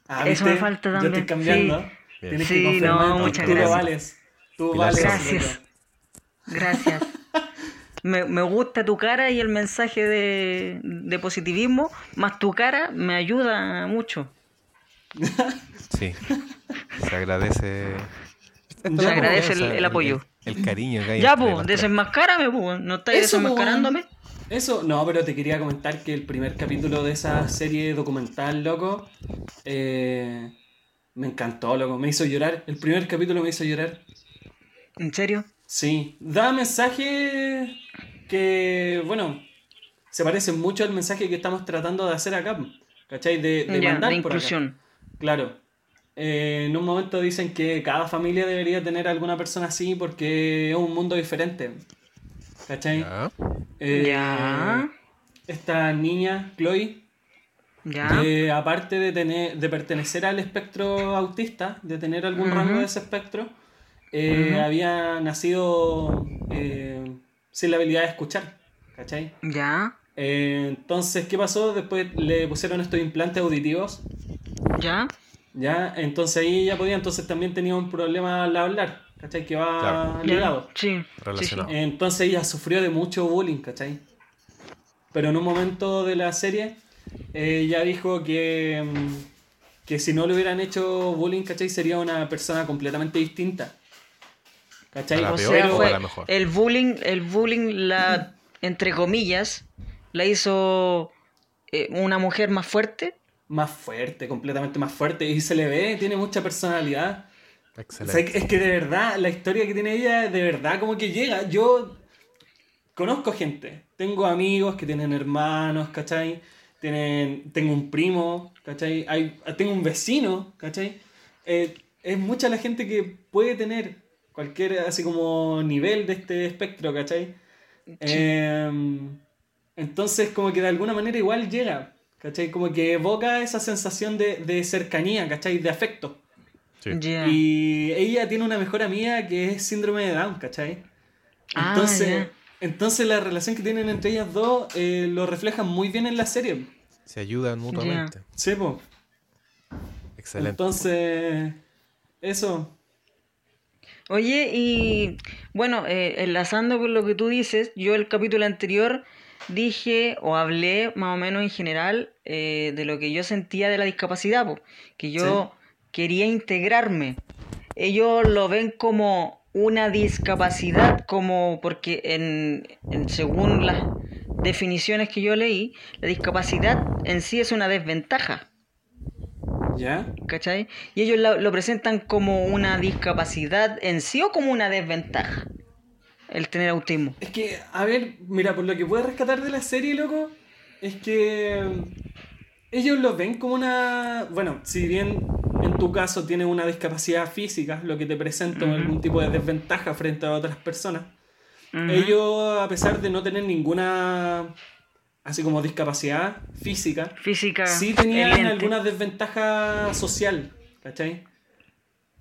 Ah, Eso ¿viste? me falta Yo estoy también, cambiando. sí. Bien. Tenés Sí, que confiar más no, en ti. muchas Tú lo gracias. vales. Tú Pilar vales. Sánchez. Beto. Gracias. Gracias. Me, me gusta tu cara y el mensaje de, de positivismo, más tu cara me ayuda mucho. Sí. Se agradece. Se agradece Esa- el- el apoyo. pues, El, el cariño que hay. ya, entre pues, los desenmascárame, pues. ¿No estáis Eso, po, desenmascarándome? weón. Eso, no, pero te quería comentar que el primer capítulo de esa serie documental, loco, eh, me encantó, loco, me hizo llorar. El primer capítulo me hizo llorar. ¿En serio? Sí, da mensajes que, bueno, se parecen mucho al mensaje que estamos tratando de hacer acá, ¿cachai? De, de Ya, mandar de por acá. inclusión. Claro. Eh, en un momento dicen que cada familia debería tener alguna persona así porque es un mundo diferente. ¿Cachai? tres. Ya. Eh, Ya. Esta niña, Chloe, Ya. eh. que aparte de, tener, de pertenecer al espectro autista, de tener algún Ujú. rango de ese espectro, eh, había nacido eh, sin la habilidad de escuchar. ¿Cachai? Ya. Eh, entonces, ¿qué pasó? Después le pusieron estos implantes auditivos Ya. ¿Ya? Entonces ahí ya podía, entonces también tenía un problema al hablar, ¿cachai? Que va Claro. ligado. Sí. Relacionado. Entonces ella sufrió de mucho bullying, ¿cachai? Pero en un momento de la serie, eh, ella dijo que, mm, que si no le hubieran hecho bullying, ¿cachai? Sería una persona completamente distinta. ¿Cachai? A la O peor sea, o a fue la mejor? el bullying, el bullying la, entre comillas, la hizo eh, una mujer más fuerte. Más fuerte, completamente más fuerte. Y se le ve, tiene mucha personalidad. Sí. O sea, Excelente. es que de verdad, la historia que tiene ella, de verdad, como que llega. Yo conozco gente. Tengo amigos que tienen hermanos, ¿cachai? Tienen, tengo un primo, ¿cachai? Hay, tengo un vecino, ¿cachai? Eh, es mucha la gente que puede tener cualquier, así como, nivel de este espectro, ¿cachai? Eh, entonces, como que de alguna manera igual llega, ¿cachai? Como que evoca esa sensación de, de cercanía, ¿cachai? De afecto. Sí. Ya. Y ella tiene una mejor amiga que es síndrome de Down, ¿cachai? Ah, Entonces, ya. entonces la relación que tienen entre ellas dos eh, lo reflejan muy bien en la serie. Se ayudan mutuamente. Sí, po. Excelente. Entonces, eso. Oye, y bueno, eh, enlazando con lo que tú dices, yo el capítulo anterior dije o hablé más o menos en general eh, de lo que yo sentía de la discapacidad, po, que yo quería integrarme. Ellos lo ven como una discapacidad, como porque en, en- según las definiciones que yo leí, la discapacidad en sí es una desventaja. ¿Ya? ¿Cachai? Y ellos la- lo, presentan como una discapacidad en sí o como una desventaja. El tener autismo. Es que, a ver, mira, por lo que puedo rescatar de la serie, loco, es que mm, ellos lo ven como una... Bueno, si bien en tu caso tienes una discapacidad física, lo que te presenta Ujú. algún tipo de desventaja frente a otras personas, Ellos, a pesar de no tener ninguna, así como discapacidad física, Física. sí tenían Ah, evidente. alguna desventaja social, ¿cachai?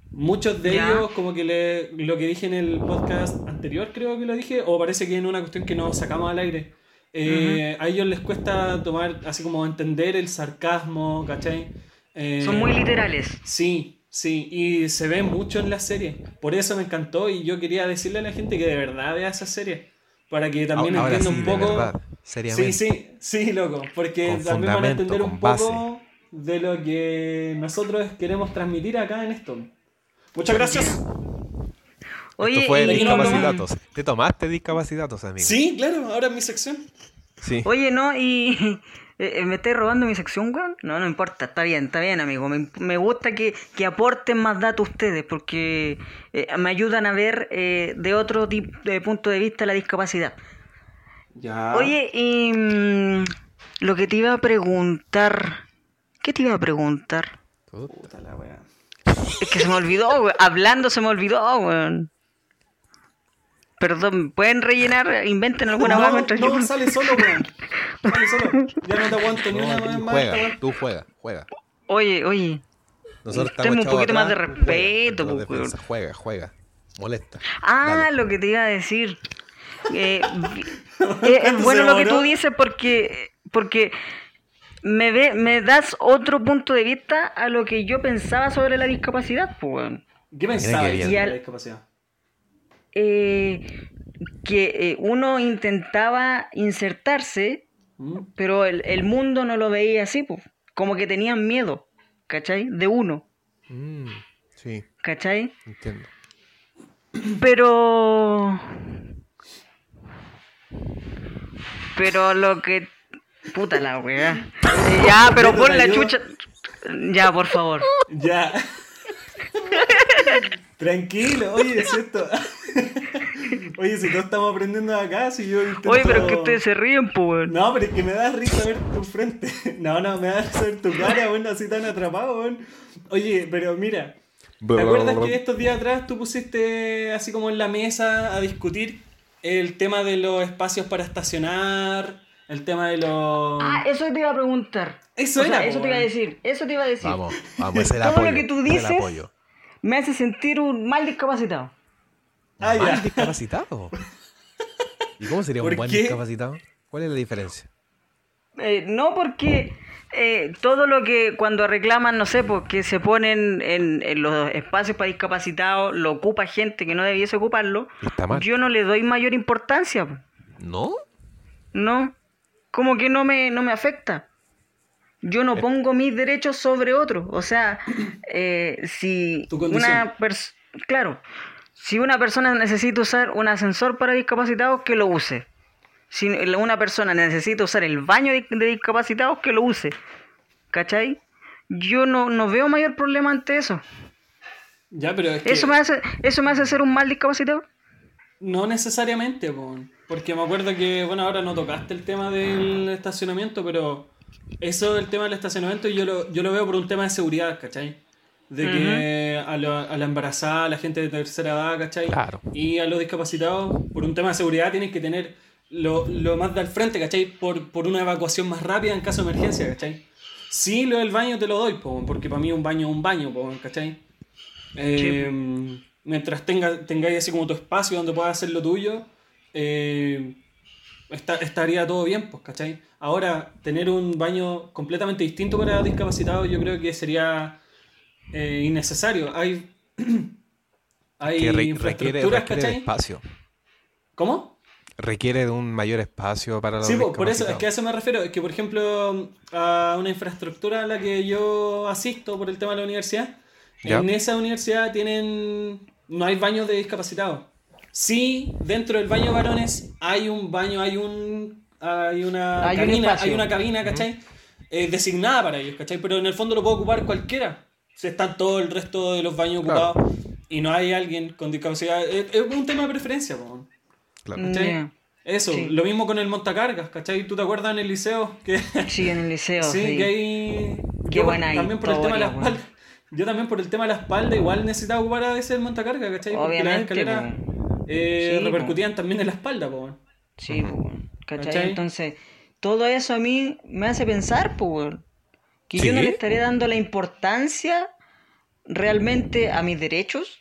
Muchos de Ya. ellos, como que le- lo que dije en el podcast anterior, creo que lo dije, o parece que en una cuestión que nos sacamos al aire, eh, a ellos les cuesta tomar, así como entender el sarcasmo, ¿cachai? Eh, Son muy literales. Sí, sí, y se ve mucho en la serie. Por eso me encantó y yo quería decirle a la gente que de verdad vea esa serie. Para que también Ahora entienda sí, un de poco. verdad, seriamente. sí, sí, sí, loco. Porque Con también van a fundamento, entender un con poco de lo que nosotros queremos transmitir acá en esto. Muchas gracias. Oye, Esto fue y- discapacitatos. Te tomaste discapacitatos, amigo. Sí, claro, ahora es mi sección. Sí. Oye, no, y. eh, ¿Me estáis robando mi sección, weón? No, no importa, está bien, está bien, amigo. Me, me gusta que, que aporten más datos ustedes porque eh, me ayudan a ver eh, de otro tip- de punto de vista la discapacidad. Ya. Oye, y mm, lo que te iba a preguntar, ¿qué te iba a preguntar? Puta la wea. Es que se me olvidó, we- hablando se me olvidó, weón. Perdón, ¿pueden rellenar? Inventen alguna no, hueá mientras no, yo... sale solo, weón. Sale solo. Ya no te aguanto ni una vez tú más. esta juega, weá. tú juega, juega. Oye, oye. Nosotros Tenme un estamos echados poquito más de atrás, respeto, juega, pues, defensa, juega, juega. Molesta. Ah, Dale. lo que te iba a decir. Eh, vi- eh, es bueno lo que tú demoró. dices porque, porque me, ve, me das otro punto de vista a lo que yo pensaba sobre la discapacidad, pues, weón. ¿Qué pensabas bien. de Y la al- discapacidad? Eh, que eh, uno intentaba insertarse, ¿Mm? pero el, el mundo no lo veía así, pues. Como que tenían miedo, ¿cachai? De uno, Mm, sí, ¿cachai? entiendo. Pero. Pero lo que. Puta la weá. Ya, pero ¿Te pon la ayuda? chucha. Ya, por favor. Ya. Tranquilo, oye, es cierto. oye, si todos estamos aprendiendo acá, si yo intento... Oye, pero es que ustedes se ríen, pues, weón. No, pero es que me da risa ver tu frente. No, no, me da risa ver tu cara, bueno, así tan atrapado, weón. Oye, pero mira, ¿te acuerdas que estos días atrás tú pusiste así como en la mesa a discutir el tema de los espacios para estacionar, el tema de los... Ah, eso te iba a preguntar. Eso O sea, era, eso po, te iba a weón. decir, eso te iba a decir. Vamos, vamos, ese es el Todo lo apoyo. que tú ese es el dices- apoyo. Me hace sentir un mal discapacitado. Ah, ya. Mal discapacitado. ¿Y cómo sería un ¿Por buen qué? discapacitado? ¿Cuál es la diferencia? Eh, no porque eh, todo lo que cuando reclaman, no sé, porque se ponen en, en los espacios para discapacitados, lo ocupa gente que no debiese ocuparlo, Está mal. yo no le doy mayor importancia, pues. po. ¿No? no, como que no me, no me afecta. Yo Eh. no pongo mis derechos sobre otros. O sea, eh, si Tu condición. una persona, claro, si una persona necesita usar un ascensor para discapacitados, que lo use. Si una persona necesita usar el baño de, de discapacitados, que lo use. ¿Cachai? Yo no, no veo mayor problema ante eso. Ya, pero es que... ¿Eso me, hace, ¿Eso me hace ser un mal discapacitado? No necesariamente, po, porque me acuerdo que, bueno, ahora no tocaste el tema del estacionamiento, pero eso, el tema del estacionamiento, yo lo, yo lo veo por un tema de seguridad, ¿cachai? De que a, la- a la embarazada, a la gente de tercera edad, ¿cachai? Claro. Y a los discapacitados, por un tema de seguridad, tienes que tener lo, lo más del frente, ¿cachai? Por, por una evacuación más rápida en caso de emergencia, ¿cachai? Sí, lo del baño te lo doy, po, porque para mí un baño es un baño, po, ¿cachai? Eh, mientras tenga, tengáis así como tu espacio donde puedas hacer lo tuyo, eh, esta- estaría todo bien, pues, ¿cachai? Ahora, tener un baño completamente distinto para discapacitados yo creo que sería eh, innecesario. Hay, hay Que re- requiere, infraestructuras, requiere de ¿cachai? espacio. ¿Cómo? Requiere de un mayor espacio para los Sí, po, por eso, es que a discapacitados. eso me refiero. Es que, por ejemplo, a una infraestructura a la que yo asisto por el tema de la universidad, Ya. en esa universidad tienen. No hay baños de discapacitados. Sí, dentro del baño de varones hay un baño, hay un. Hay una Hay un cabina, espacio. hay una cabina, ¿cachai? Eh, designada para ellos, ¿cachai? Pero en el fondo lo puede ocupar cualquiera. Si están todo el resto de los baños Claro. ocupados y no hay alguien con discapacidad. Es, es un tema de preferencia, po. Claro. ¿Cachai? Ya. Eso, Sí. lo mismo con el montacargas, ¿cachai? ¿Tú te acuerdas en el liceo? Que, Sí, en el liceo. sí, sí. que ahí... Qué yo buena también por el tema de la historia, weón. espalda. Yo también por el tema de la espalda igual necesitaba ocupar a veces el montacargas, ¿cachai? Porque las Obviamente, escaleras Sí, eh, weón. repercutían también en la espalda, po. weón. Sí, pues, weón. ¿Cachai? ¿Cachai? Entonces, todo eso a mí me hace pensar, pues, weón, que yo no Sí. le estaré dando la importancia realmente a mis derechos.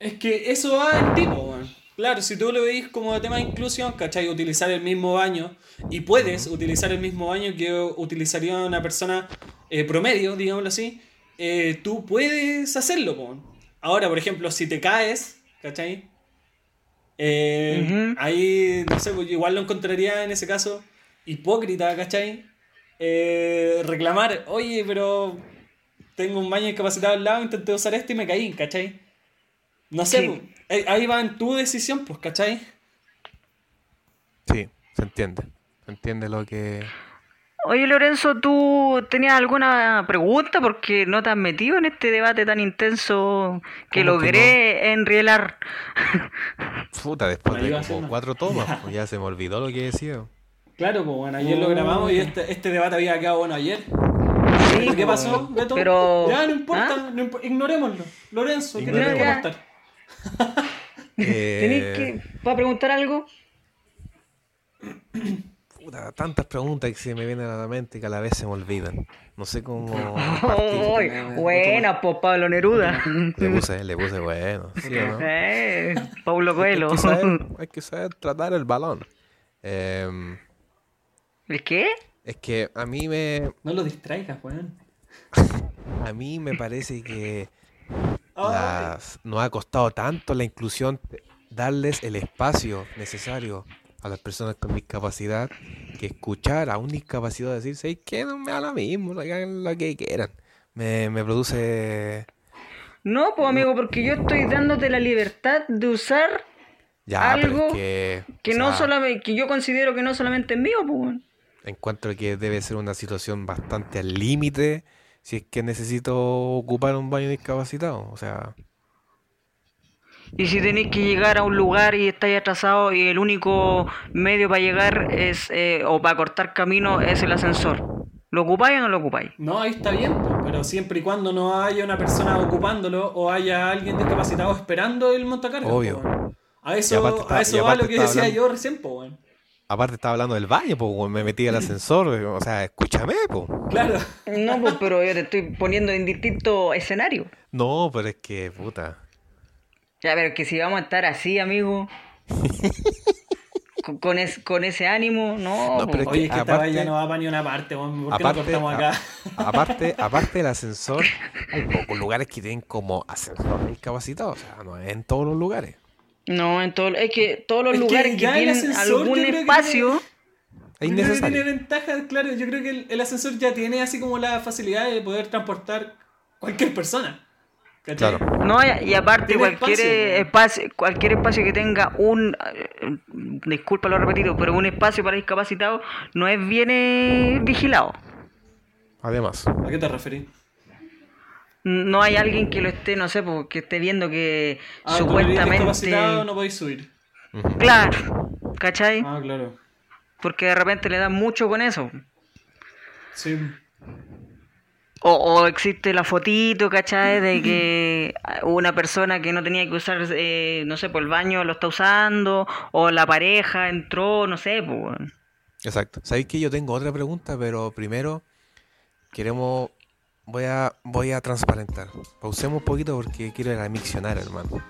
Es que eso va en ti, po, weón. Claro, si tú lo veis como tema de inclusión, ¿cachai? Utilizar el mismo baño, y puedes utilizar el mismo baño que utilizaría una persona eh, promedio, digámoslo así, eh, tú puedes hacerlo, po. Ahora, por ejemplo, si te caes, ¿cachai? Eh, Ujú. Ahí, no sé, pues, yo igual lo encontraría en ese caso hipócrita, ¿cachai? Eh, reclamar, oye, pero tengo un baño discapacitado al lado, intenté usar este y me caí, ¿cachai? No sé, Sí. pues, ahí- ahí va en tu decisión, pues, ¿cachai? Sí, se entiende. Se entiende lo que... Oye, Lorenzo, ¿tú tenías alguna pregunta? Porque no te has metido en este debate tan intenso que ¿Cómo que logré enrielar. Puta, después Me iba a de hacer como una- cuatro tomas, pues, ya se me olvidó lo que decía. Claro, pues bueno, ayer lo Oh. grabamos y este, este debate había quedado bueno ayer. ¿Pero ¿Qué pues, pasó, Beto? pero- Ya, no importa, ¿Ah? no impo- ignorémoslo. Lorenzo, ¿qué te Ignorémoslo. que aportar? ¿Tenéis Eh, que... ¿Puedo preguntar algo? puta, tantas preguntas que se me vienen a la mente que a la vez se me olvidan. No sé cómo. Uy, buena, po, Pablo Neruda. Le puse, le puse bueno. ¿sí o no? Eh, Pablo Coelho. Hay que saber, hay que saber tratar el balón. Em, ¿El qué? es que a mí me, No lo distraigas, weón. a mí me parece que Ay. las- nos ha costado tanto la inclusión, darles el espacio necesario a las personas con discapacidad, que escuchar a un discapacitado decir, "¿Sabes qué? No me da lo mismo, lo que hagan lo que quieran. Me, me produce... No, pues amigo, porque yo estoy dándote la libertad de usar Ya, pero Algo es que... o que no sea, solamente, que yo considero que no solamente es mío, pues. weón. Encuentro que debe ser una situación bastante al límite si es que necesito ocupar un baño discapacitado. O sea, Y si tenéis que llegar a un lugar y estáis atrasados y el único medio para llegar es, eh, o para cortar camino es el ascensor, ¿lo ocupáis o no lo ocupáis? No, ahí está bien, po, pero siempre y cuando no haya una persona ocupándolo o haya alguien discapacitado esperando el montacargas. po, Obvio. weón. A Y eso, aparte está- a y eso va aparte lo que está decía hablando- yo recién, po, weón. aparte estaba hablando del baño, pues me metí al ascensor, o sea, escúchame, pues. Claro. No, pues, pero yo te estoy poniendo en distinto escenario. No, pero es que, puta. Ya, pero que si vamos a estar así, amigo. con, con es- con ese ánimo, no. pues, No, po. pero es Oye, es que esta aparte- valla no va para ni una parte, weón. ¿Por qué aparte, no cortamos a- acá? aparte, aparte del ascensor, hay pocos lugares que tienen como ascensor discapacitado, o sea, no es en todos los lugares. No, en todo, es que todos los Es que lugares que ya el tienen ascensor, algún yo creo que espacio. Es Yo creo que innecesario. tiene ventaja, claro. Yo creo que el, el ascensor ya tiene así como la facilidad de poder transportar cualquier persona. ¿Cachai? Claro. No, y, y aparte Tiene cualquier espacio. espacio, cualquier espacio que tenga un eh, disculpa lo repetido, pero un espacio para discapacitados no es bien eh, vigilado. Además, ¿A qué te referís? No hay alguien que lo esté, no sé, porque esté viendo que Ah, tú eres supuestamente discapacitado, no podéis subir. ujú, Claro, ¿cachai? Ah, claro. Porque de repente le dan mucho con eso. Sí. O, o existe la fotito, ¿cachai? De que una persona que no tenía que usar, eh, no sé, por el baño lo está usando, o la pareja entró, no sé, pues. weón. exacto. Sabéis que yo tengo otra pregunta, pero primero queremos. Voy a, voy a transparentar. Pausemos un poquito porque quiero ir al miccionario, hermano.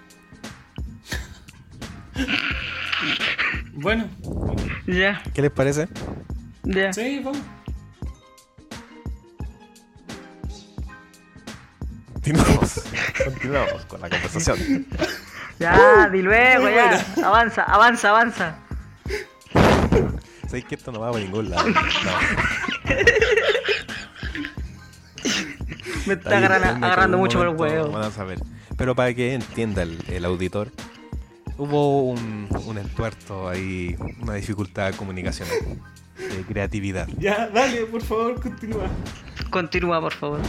Bueno, Ya, ¿Qué les parece? ya. sí, vamos. Continuamos. Continuamos con la conversación. Ya, di luego, Uh, Muy ya. Avanza, avanza, avanza. Sabéis que esto no va a ningún lado. No, Me está agarra- agarrando, mucho por el huevo. Vamos a ver. Pero para que entienda el, el auditor, hubo un, un entuerto ahí, una dificultad comunicacional, de creatividad. Ya, dale, por favor, continúa. Continúa, por favor.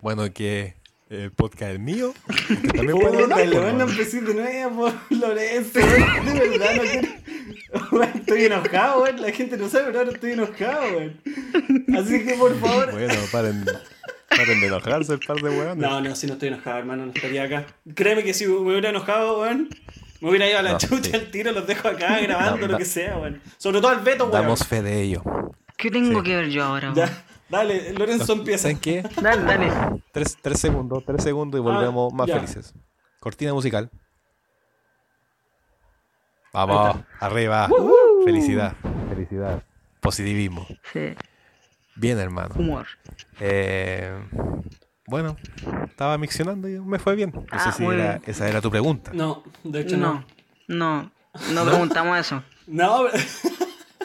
Bueno, que el podcast es mío. usted También puede Puta, hablar, le pues, van a bueno. empezar de nuevo, Lorenzo. De verdad, no quiero. Weón, Estoy enojado, weón. La gente no sabe, pero ahora estoy enojado, weón. Así que, por favor. Bueno, paren, paren de enojarse el par de huevones. No, no, si no estoy enojado, hermano, no estaría acá. Créeme que si me hubiera enojado, weón, me hubiera ido a la No, chucha sí. al tiro, los dejo acá grabando, Da- lo da- que sea, weón. Sobre todo al Beto, weón. Damos fe de ello. ¿Qué tengo que ver yo ahora? weón? Ya, dale, Lorenzo empieza. ¿Saben qué? Dale, dale. Tres, tres segundos, tres segundos y volvemos más Ah, ya. felices. Cortina musical. Vamos, arriba. Uh-huh. Felicidad. Felicidad. Positivismo. Sí, Bien, hermano. Mm. humor. Eh, bueno, estaba miccionando y me fue bien. No Ah, sé si muy era- bien. esa era tu pregunta. No, de hecho no. No, no, no preguntamos eso. No,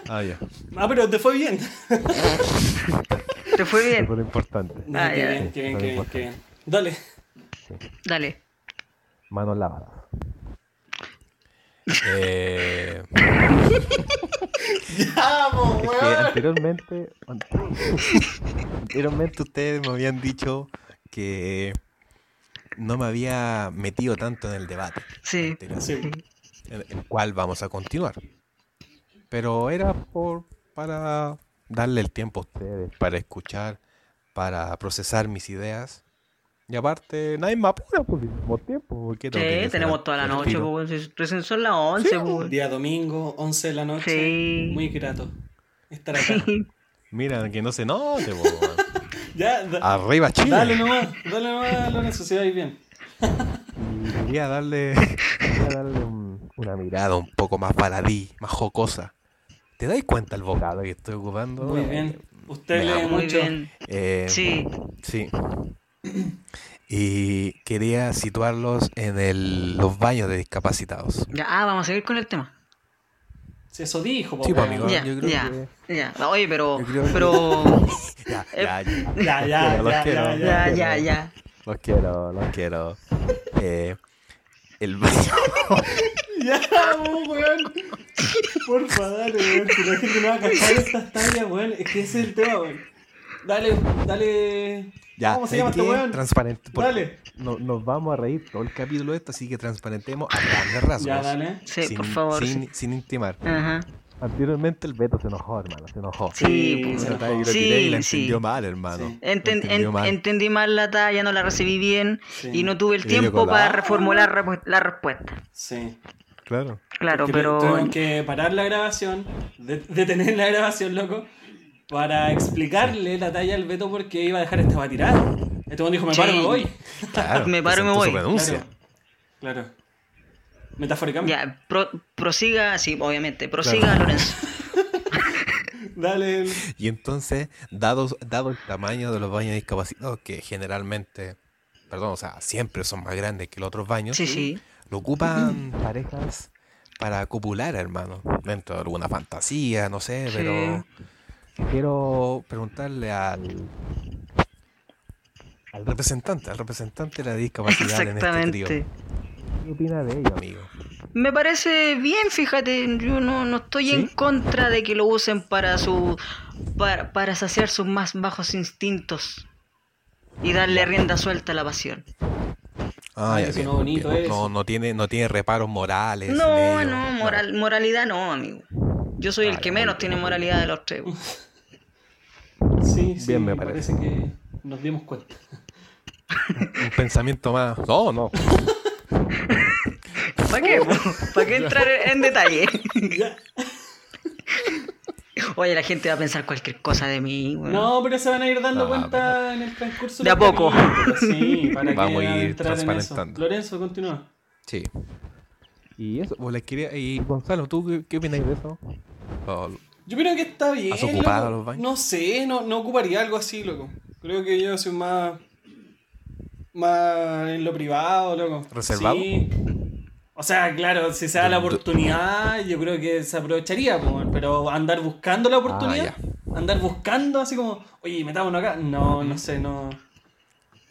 Ah, ya. ah, pero te fue bien. ¿Te fue bien? lo importante. Ah, qué ya. bien, qué bien, qué bien, qué bien. Dale. Dale. Manos lavadas. Eh, ¡Vamos, Es que anteriormente, anteriormente ustedes me habían dicho que no me había metido tanto en el debate, Sí. anterior, Sí. el el cual vamos a continuar. Pero era por para darle el tiempo a ustedes, para escuchar, para procesar mis ideas Y aparte, nadie me apura, pues, si tenemos tiempo. ¿por qué Sí, tengo que tenemos llegar toda la al noche, tiro? pues, si recién son las 11, pues. Día domingo, 11 de la noche. Sí. Muy grato estar acá. Mira, que no se note, po, weón. ya, da- Arriba Chile. dale nomás, dale nomás, Lorenzo, si va bien. Quería darle, quería darle un- una mirada un poco más baladí, más jocosa. ¿Te dais cuenta el vocado que estoy ocupando? Muy bien. Usted Me lee amo. Muy mucho. bien. Eh, Sí, Sí. Y quería situarlos en el- los baños de discapacitados. ya, ah, vamos a seguir con el tema. Si eso dijo, po, Sí, pues, weón. amigo. Ya, yo creo ya, ya. Oye, pero, yo creo que- pero, Ya, Eh, ya, ya. Ya, ya, Los ya, ya, quiero. ya. ya, ya, ya. Los quiero, los quiero. Eh, el baño. Ya, oh, weón. Porfa, dale, weón. Si la gente no va a cachar estas tallas, weón. Es que ese es el tema, weón. Dale, dale. Ya, ¿Cómo se ¿sabes llama este qué? weón? Transparente. porque Dale. no- nos vamos a reír todo el capítulo de esto, así que transparentemos a grandes rasgos. Ya, dale. Sí, Sin- por favor. Sin, sí. sin intimar. Ajá. Anteriormente el Beto se enojó, hermano, se enojó. Sí, Sí, pues. se Esa talla yo la Sí, tiré y la sí. entendió mal, hermano. Sí. La Enten- entendió en- mal. entendí mal la talla, no la recibí bien Sí. y no tuve el Y tiempo digo, para ah. reformular repu- la respuesta. Sí. Claro. Claro, Porque pero Tuvimos que parar la grabación, de- detener la grabación, loco, para explicarle la talla al Beto porque iba a dejar esta tirada. Este weón dijo, me Sí. paro, me voy. Claro, Me paro y me presentó voy. su renuncia. Claro. Claro. Metafóricamente. ya, pro- prosiga, sí, obviamente, prosiga Claro. Lorenzo. Dale. el- Y entonces, dados, dado el tamaño de los baños discapacitados, que generalmente, perdón, o sea, siempre son más grandes que los otros baños, Sí, sí. lo ocupan parejas para copular, hermano, dentro de alguna fantasía, no sé, Sí. pero quiero preguntarle al, al representante, al representante de la discapacidad en este trío. Exactamente. ¿Qué opina de ello, amigo? Me parece bien, fíjate, yo no, no estoy en ¿Sí? contra de que lo usen para su para, para saciar sus más bajos instintos y darle rienda suelta a la pasión. Ah, Ay, ya que bien, sonó bonito bien. No, eso. no tiene, no tiene reparos morales. en No, ello, no, moral, moralidad no, amigo. Yo soy el Ah, que ya, menos muy tiene moralidad de los tres. Sí, sí, Bien, me parece. que nos dimos cuenta. Un pensamiento más. No, no. ¿Para qué? ¿Para qué entrar en detalle? Ya. Oye, la gente va a pensar cualquier cosa de mí. weón. No, pero se van a ir dando Ah, cuenta en el transcurso De del a poco. capítulo. Sí, para Vamos que a ir entrar en eso. transparentando. Lorenzo, continúa. Sí. Y eso, pues les quería. Y Gonzalo, ¿tú qué, qué opinas de eso? Oh, Yo creo que está bien. ¿Has ocupado loco. los baños? No sé, no, no ocuparía algo así, loco. Creo que yo soy más. más en lo privado, loco. ¿Reservado? Sí. O sea, claro, si se da la oportunidad, yo creo que se aprovecharía, po, weón. pero andar buscando Ah, la oportunidad, andar buscando así como, oye, metámonos acá. No, Mm. no sé, no.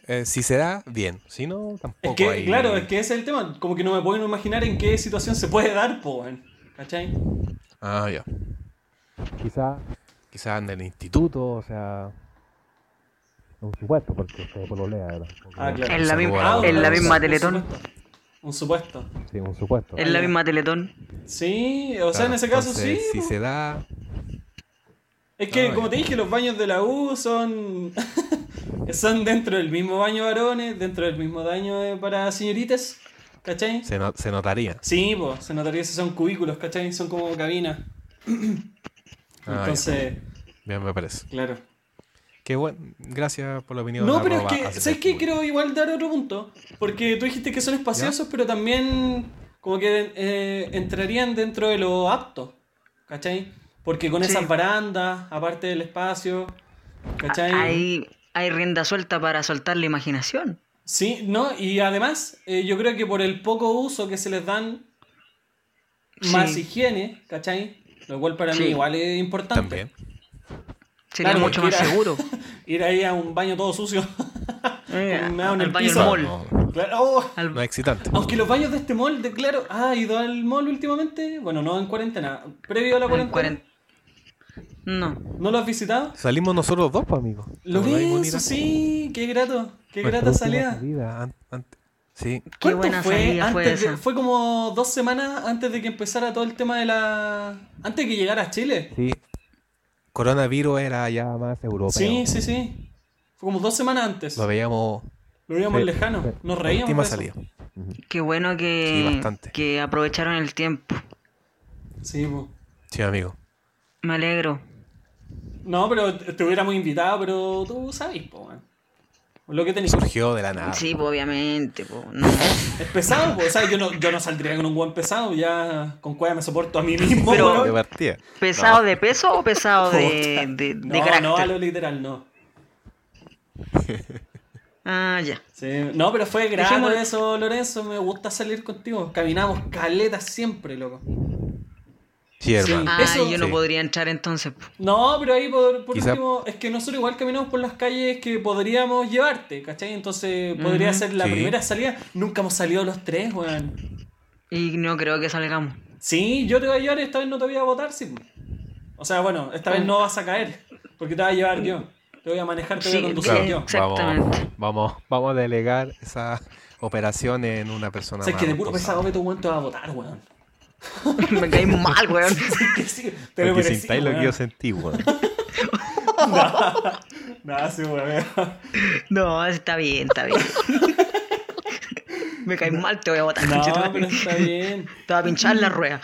eh, si se da, bien. Si no, tampoco. Es que, hay- claro, es que ese es el tema. Como que no me puedo imaginar en qué situación se puede dar, po, weón. ¿Cachai? Ah, ya. Quizá. Quizá en el instituto, o sea. Un supuesto, porque se pololea, ¿verdad? Ah, claro. En la misma- Ah, en la un- misma un Teletón. supuesto. Un supuesto. Sí, un supuesto. Es la misma Teletón. Sí, Eh, o sea, en ese caso sí. pues. Si po. se da, Es que, Ah, como ya. te dije, los baños de la U son. son dentro del mismo baño varones, dentro del mismo baño de- para señoritas. ¿Cachai? se, no- se notaría. Sí, pues, se notaría que son cubículos, ¿cachai? Son como cabinas. Ah, Entonces, Bien, me parece. claro. Qué bueno. Gracias por la opinión. No, pero es arroba que, ACP ¿sabes qué? Cuba. Quiero igual dar otro punto. Porque tú dijiste que son espaciosos, pero también como que eh, entrarían dentro de lo apto. ¿Cachai? Porque con Sí. esas barandas, aparte del espacio, ¿cachai? Ah, Hay, hay rienda suelta para soltar la imaginación. Sí, no, y además, eh, yo creo que por el poco uso que se les dan más Sí. higiene, ¿cachai? Lo cual para Sí. mí igual es importante. También. Sería Claro, mucho más mira. seguro. Ir ahí a un baño todo sucio. Eh, Me hago en al el baño del piso. mall. No, claro. oh. Al- no es excitante. Aunque los baños de este mall, de, claro, ha ido al mall últimamente. Bueno, no en cuarentena. Previo a la al cuarentena. cuaren- No. ¿No lo has visitado? Salimos nosotros dos, pues, amigo. Lorenzo, sí, qué grato. Qué grata salida. Qué Sí, ¿Cuánto buena fue salida fue antes de- esa. fue como dos semanas antes de que empezara todo el tema de la. Antes de que llegara a Chile. sí. Coronavirus era ya más europeo. Sí, sí, sí. Fue como dos semanas antes. Lo Lo, veíamos, Lo veíamos Sí. lejano. Nos reíamos. Última de eso. salida. Qué bueno Sí, que, bastante. que aprovecharon el tiempo. Sí, po. Sí, amigo. Me alegro. No, pero te te hubiéramos invitado, pero tú sabes, po, weón. Lo que tenías. Surgió de la nada. Sí, pues, obviamente. pues, no. Es pesado, po. O sea, yo no, yo no saldría con un buen pesado. Ya con cueva me soporto a mí mismo, Pero- weón. De partida. ¿Pesado No. de peso o pesado de, Puta. de, de no, carácter? no, a lo literal, no. Ah, ya. Sí, No, pero fue grato Dejémoslo. eso, Lorenzo. Me gusta salir contigo. Caminamos caletas siempre, loco. Sí, hermano. Ah, Eso- yo no Sí. podría entrar entonces. po. No, pero ahí por, por Quizá- último, es que nosotros igual caminamos por las calles que podríamos llevarte, ¿cachai? Entonces podría Ujú. ser la Sí. primera salida. Nunca hemos salido los tres, weón. Y no creo que salgamos. Sí, yo te voy a llevar, esta vez no te voy a votar, sí. pues. O sea, bueno, esta vez no vas a caer, porque te voy a llevar yo. Te voy a manejar, te voy a Sí, conducir claro. yo. Exactamente. Vamos, vamos, vamos a delegar esa operación en una persona O sea, es más que de puro pesado, responsable. Beto, weón, te vas a votar, weón. Me caí mal, weón. Que sí, te lo Porque merecí, sintáis lo que weón. yo sentí, weón. No, sí, weón. No, está bien, está bien. Me caí mal, te voy a botar. No, conchetumare. pero está bien. Te voy a pinchar la rueda.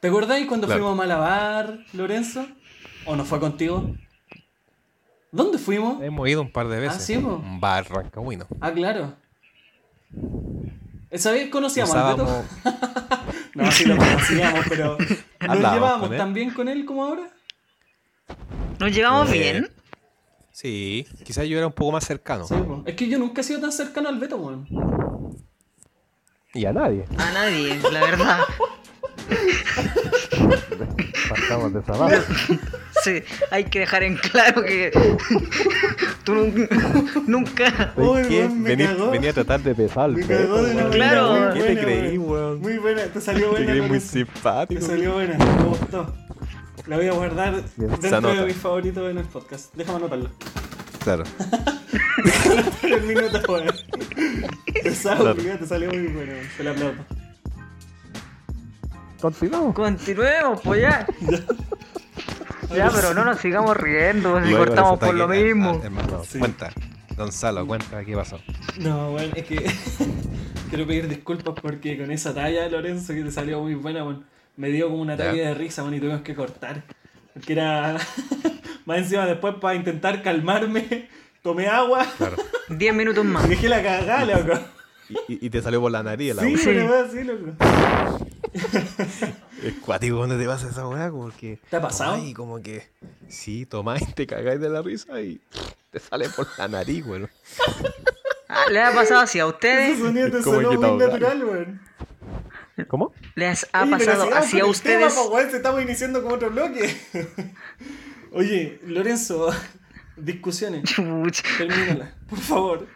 ¿Te acordáis cuando Claro. fuimos a Malabar, Lorenzo? ¿O no fue contigo? ¿Dónde fuimos? Eh. Hemos ido un par de veces. Ah, sí, po. Un bar rancagüino. Ah, claro. ¿Esa vez conocíamos al Beto? Usábamos- No, sí lo conocíamos, pero ¿nos Hablábamos llevábamos con él. tan bien con él como ahora? ¿Nos llevamos Eh, bien? Sí, quizás yo era un poco más cercano. Sí, po. Es que yo nunca he sido tan cercano al Beto, weón. Y a nadie. A nadie, la verdad. Partamos de esa Sí, hay que dejar en claro que tú nun- nunca... Uy, weón, me Vení, cagó. vení a tratar de pesar. al Beto, weón. Claro, muy ¿Qué buena, te creí, weón? Muy buena, te salió Te buena. creí muy Lorenzo. Te simpático. salió buena, me gustó. La voy a guardar dentro de anota. mis favoritos en el podcast. Déjame anotarlo. Claro. Por el minuto, weón. Te salió, Claro. culiao, te salió muy buena, weón. Te la aplaudo. Continuamos. Continuemos, pues ya. Ya, pero no nos sigamos riendo, si Luego cortamos resulta por que- lo ah, mismo. ah, hermano, Sí. Cuenta, Gonzalo, cuenta qué pasó. No, bueno, es que quiero pedir disculpas porque con esa talla, Lorenzo, que te salió muy buena, weón, me dio como un ataque Ya. de risa, bueno, y tuvimos que cortar. Porque era. Más encima, después, para intentar calmarme, tomé agua Claro. Diez minutos y más. dejé la cagada, loco. Y, y- y te salió por la nariz la Sí, weá. Sí. una weá así, loco. Eh. Es cuático ¿dónde te vas a esa weá? Como que. ¿Te ha pasado? Y como que. Sí, tomáis, te cagáis de la risa y te sale por la nariz, weón. Ah, ¿Les ha pasado así a Ese ustedes? sonido te Es como sonó que muy te ahogaron. natural, weón. ¿Cómo? ¿Les ha Oye, pero pasado sigamos así a con el tema, ustedes? po, weón, se estamos iniciando con otro bloque. Oye, Lorenzo, discusiones. Chuch. Termínala, por favor.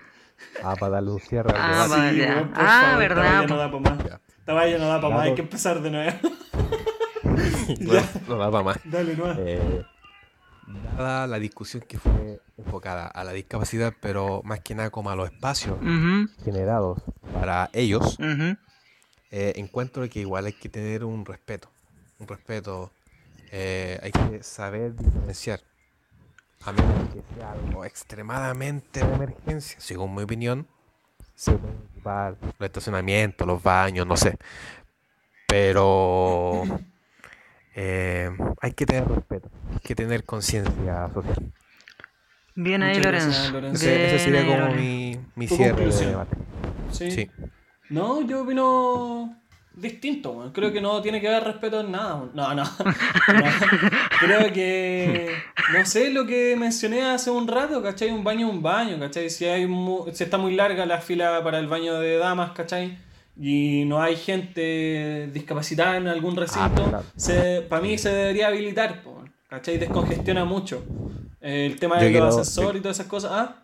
Ah, para darle un cierre. al Ah, debate. va, Sí, ya. weón, Pues por Ah, favor, verdad, Taballa no po. da pa' más. Ya. Taballa no da pa' más, hay Claro. que empezar de nuevo. Bueno, no da para más. Dale, no. Eh, dada la discusión que fue enfocada a la discapacidad, pero más que nada como a los espacios Ujú, generados para ellos, ujú. eh, encuentro que igual hay que tener un respeto. Un respeto. eh, hay que saber diferenciar. A menos que sea algo extremadamente de emergencia, según mi opinión, se pueden ocupar los estacionamientos, los baños, no sé. Pero eh, hay que tener respeto, hay que tener conciencia social. Bien ahí, Muchas Lorenzo. gracias, Lorenzo. Bien Ese, ese sería ahí, como Lorenzo. mi, mi Tu cierre de conclusión. debate. Sí. Sí. No, yo opino distinto, weón. Creo que no tiene que haber respeto en nada, weón. No, no. No. Creo que. No sé lo que mencioné hace un rato, ¿cachai? Un baño es un baño, ¿cachai? Si, hay mu- si está muy larga la fila para el baño de damas, ¿cachai? Y no hay gente discapacitada en algún recinto, Ah, claro. para mí se debería habilitar, po, weón, ¿cachai? Descongestiona mucho. eh, El tema Yo de quiero- los ascensores y todas esas cosas. Ah,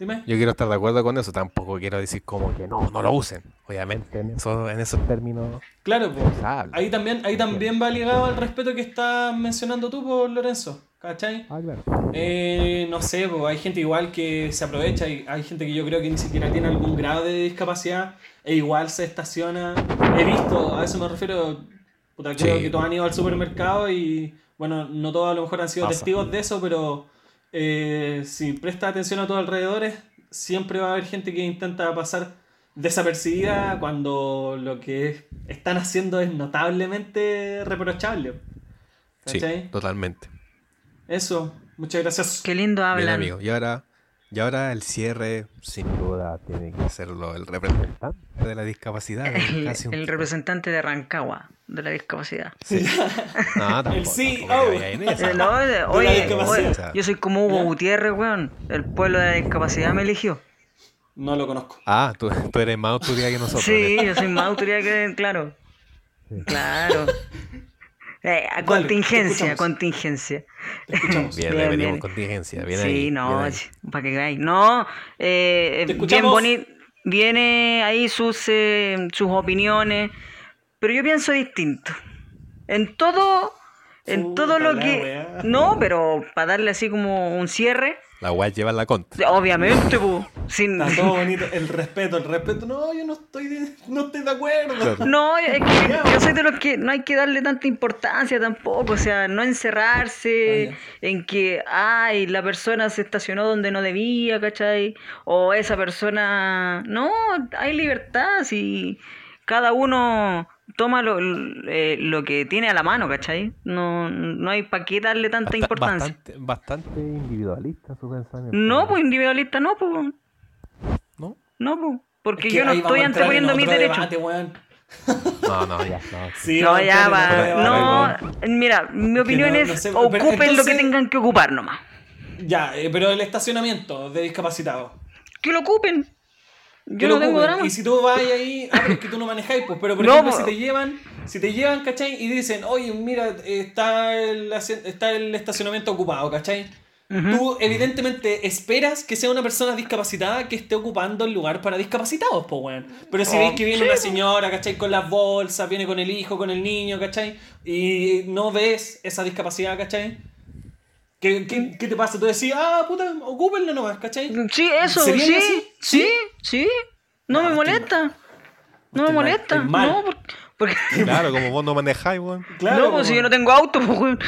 dime. Yo quiero estar de acuerdo con eso, tampoco quiero decir como que no, no lo usen. Obviamente, en, eso- en esos términos. Claro, pues. Se habla. Ahí también, ahí también va ligado al respeto que estás mencionando tú, por Lorenzo. ¿Cachai? Ah, claro. Eh, no sé, po, hay gente igual que se aprovecha, y hay gente que yo creo que ni siquiera tiene algún grado de discapacidad e igual se estaciona. He visto, a eso me refiero, puta, creo Sí. que todos han ido al supermercado y bueno, no todos a lo mejor han sido Pasa. testigos de eso, pero eh, si presta atención a tus alrededores, siempre va a haber gente que intenta pasar desapercibida cuando lo que están haciendo es notablemente reprochable. Sí, ¿Cachai? totalmente. Eso, muchas gracias. Qué lindo Bien, hablan. amigo. Y ahora, y ahora el cierre, sin duda, tiene que serlo el representante de la discapacidad. ¿no? El, Casi un- el representante de Rancagua, de la discapacidad. Sí. No, tampoco, El E CEO. tampoco le vaya en esa. Eh, no, eh, oye, discapacidad. oye, yo soy como Hugo Ya. Gutiérrez, weón. El pueblo de la discapacidad me eligió. No lo conozco. Ah, tú, tú eres más autoridad que nosotros. Sí, ¿eh? yo soy más autoridad que. Claro. Claro. Eh, a Dale, contingencia, escuchamos. contingencia. Te escuchamos. Bien, Bien, le pedimos bien. contingencia. Bien sí, ahí, no, bien ahí. para que veáis. No, eh, Te bien escuchamos. bonito. Viene ahí sus, eh, sus opiniones, pero yo pienso distinto. En todo, en Puta todo lo la que. weá. No, pero para darle así como un cierre, La guay lleva la contra. obviamente, pu, sin. Está todo bonito. El respeto, el respeto. No, yo no estoy de, no estoy de acuerdo. Claro. No, es que yo soy de los que no hay que darle tanta importancia tampoco, o sea, no encerrarse Ah, en que, ay, la persona se estacionó donde no debía, ¿cachai? O esa persona, no, hay libertad, si cada uno toma lo, eh, lo que tiene a la mano, ¿cachai? No, no hay para qué darle tanta Basta- importancia. Bastante, bastante individualista su pensamiento. No, pues individualista no, pues, ¿No? no, pues, porque Es que yo no ahí vamos estoy a entrar en anteponiendo mis otro derechos. debate, weón. No, no, ya. No. Sí, No, vamos a ya entrar en otro debate. va. pero No, mira, mi opinión no- es no sé, pero ocupen lo que entonces- tengan que ocupar nomás. Ya, eh, pero el estacionamiento de discapacitados. Que lo ocupen. Que Yo lo no tengo ocupen. drama. Y si tú vas ahí, ah, pero es que tú no manejáis, pues, pero por No, ejemplo, po. si te llevan, si te llevan, ¿cachai? Y dicen, oye, mira, eh, está el, aci- está el estacionamiento ocupado, ¿cachai? Tú evidentemente esperas que sea una persona discapacitada que esté ocupando el lugar para discapacitados, pues, weón. Pero si Oh, veis que viene una señora, ¿cachai? Con las bolsas, viene con el hijo, con el niño, ¿cachai? Y no ves esa discapacidad, ¿cachai? ¿Qué, qué, qué te pasa? Tú decís, ah, puta, ocúpenlo nomás, ¿cachai? Sí, eso, sí, ¿Sería sí, así? sí, No, me molesta. No me Estoy mal, molesta. estoy mal. No, por- porque... Claro, como vos no manejáis, weón. no, pues si yo no tengo auto, pues... weón.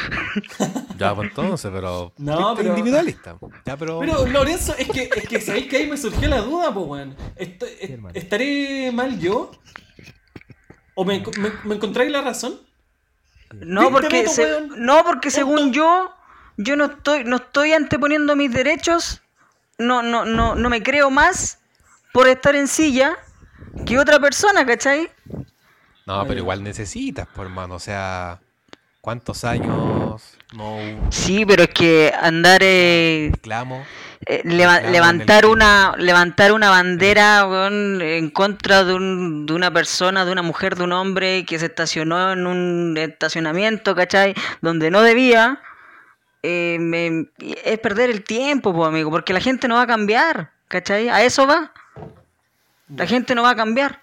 Ya, pues entonces, pero. No, fuiste pero- Individualista. Ya, pero. Pero Lorenzo, es que, es que sabéis que ahí me surgió la duda, pues weón. Est- est- hermano. ¿Estaré mal yo? ¿O me, enco- me, me encontráis la razón? No, porque, Pinta, se- weón. no, porque según yo, yo no estoy, no estoy anteponiendo mis derechos, no, no, no, no me creo más por estar en silla que otra persona, ¿cachai? No, pero igual necesitas, por hermano. O sea, ¿cuántos años no hubo Sí, pero es que andar, eh, reclamo? eh, leva- Claro, levantar en el- una, levantar una bandera weón, en contra de, un- de una persona, de una mujer, de un hombre que se estacionó en un estacionamiento, ¿cachai? Donde no debía, eh, me- es perder el tiempo, pues, amigo, porque la gente no va a cambiar, ¿cachai? A eso va. La gente no va a cambiar.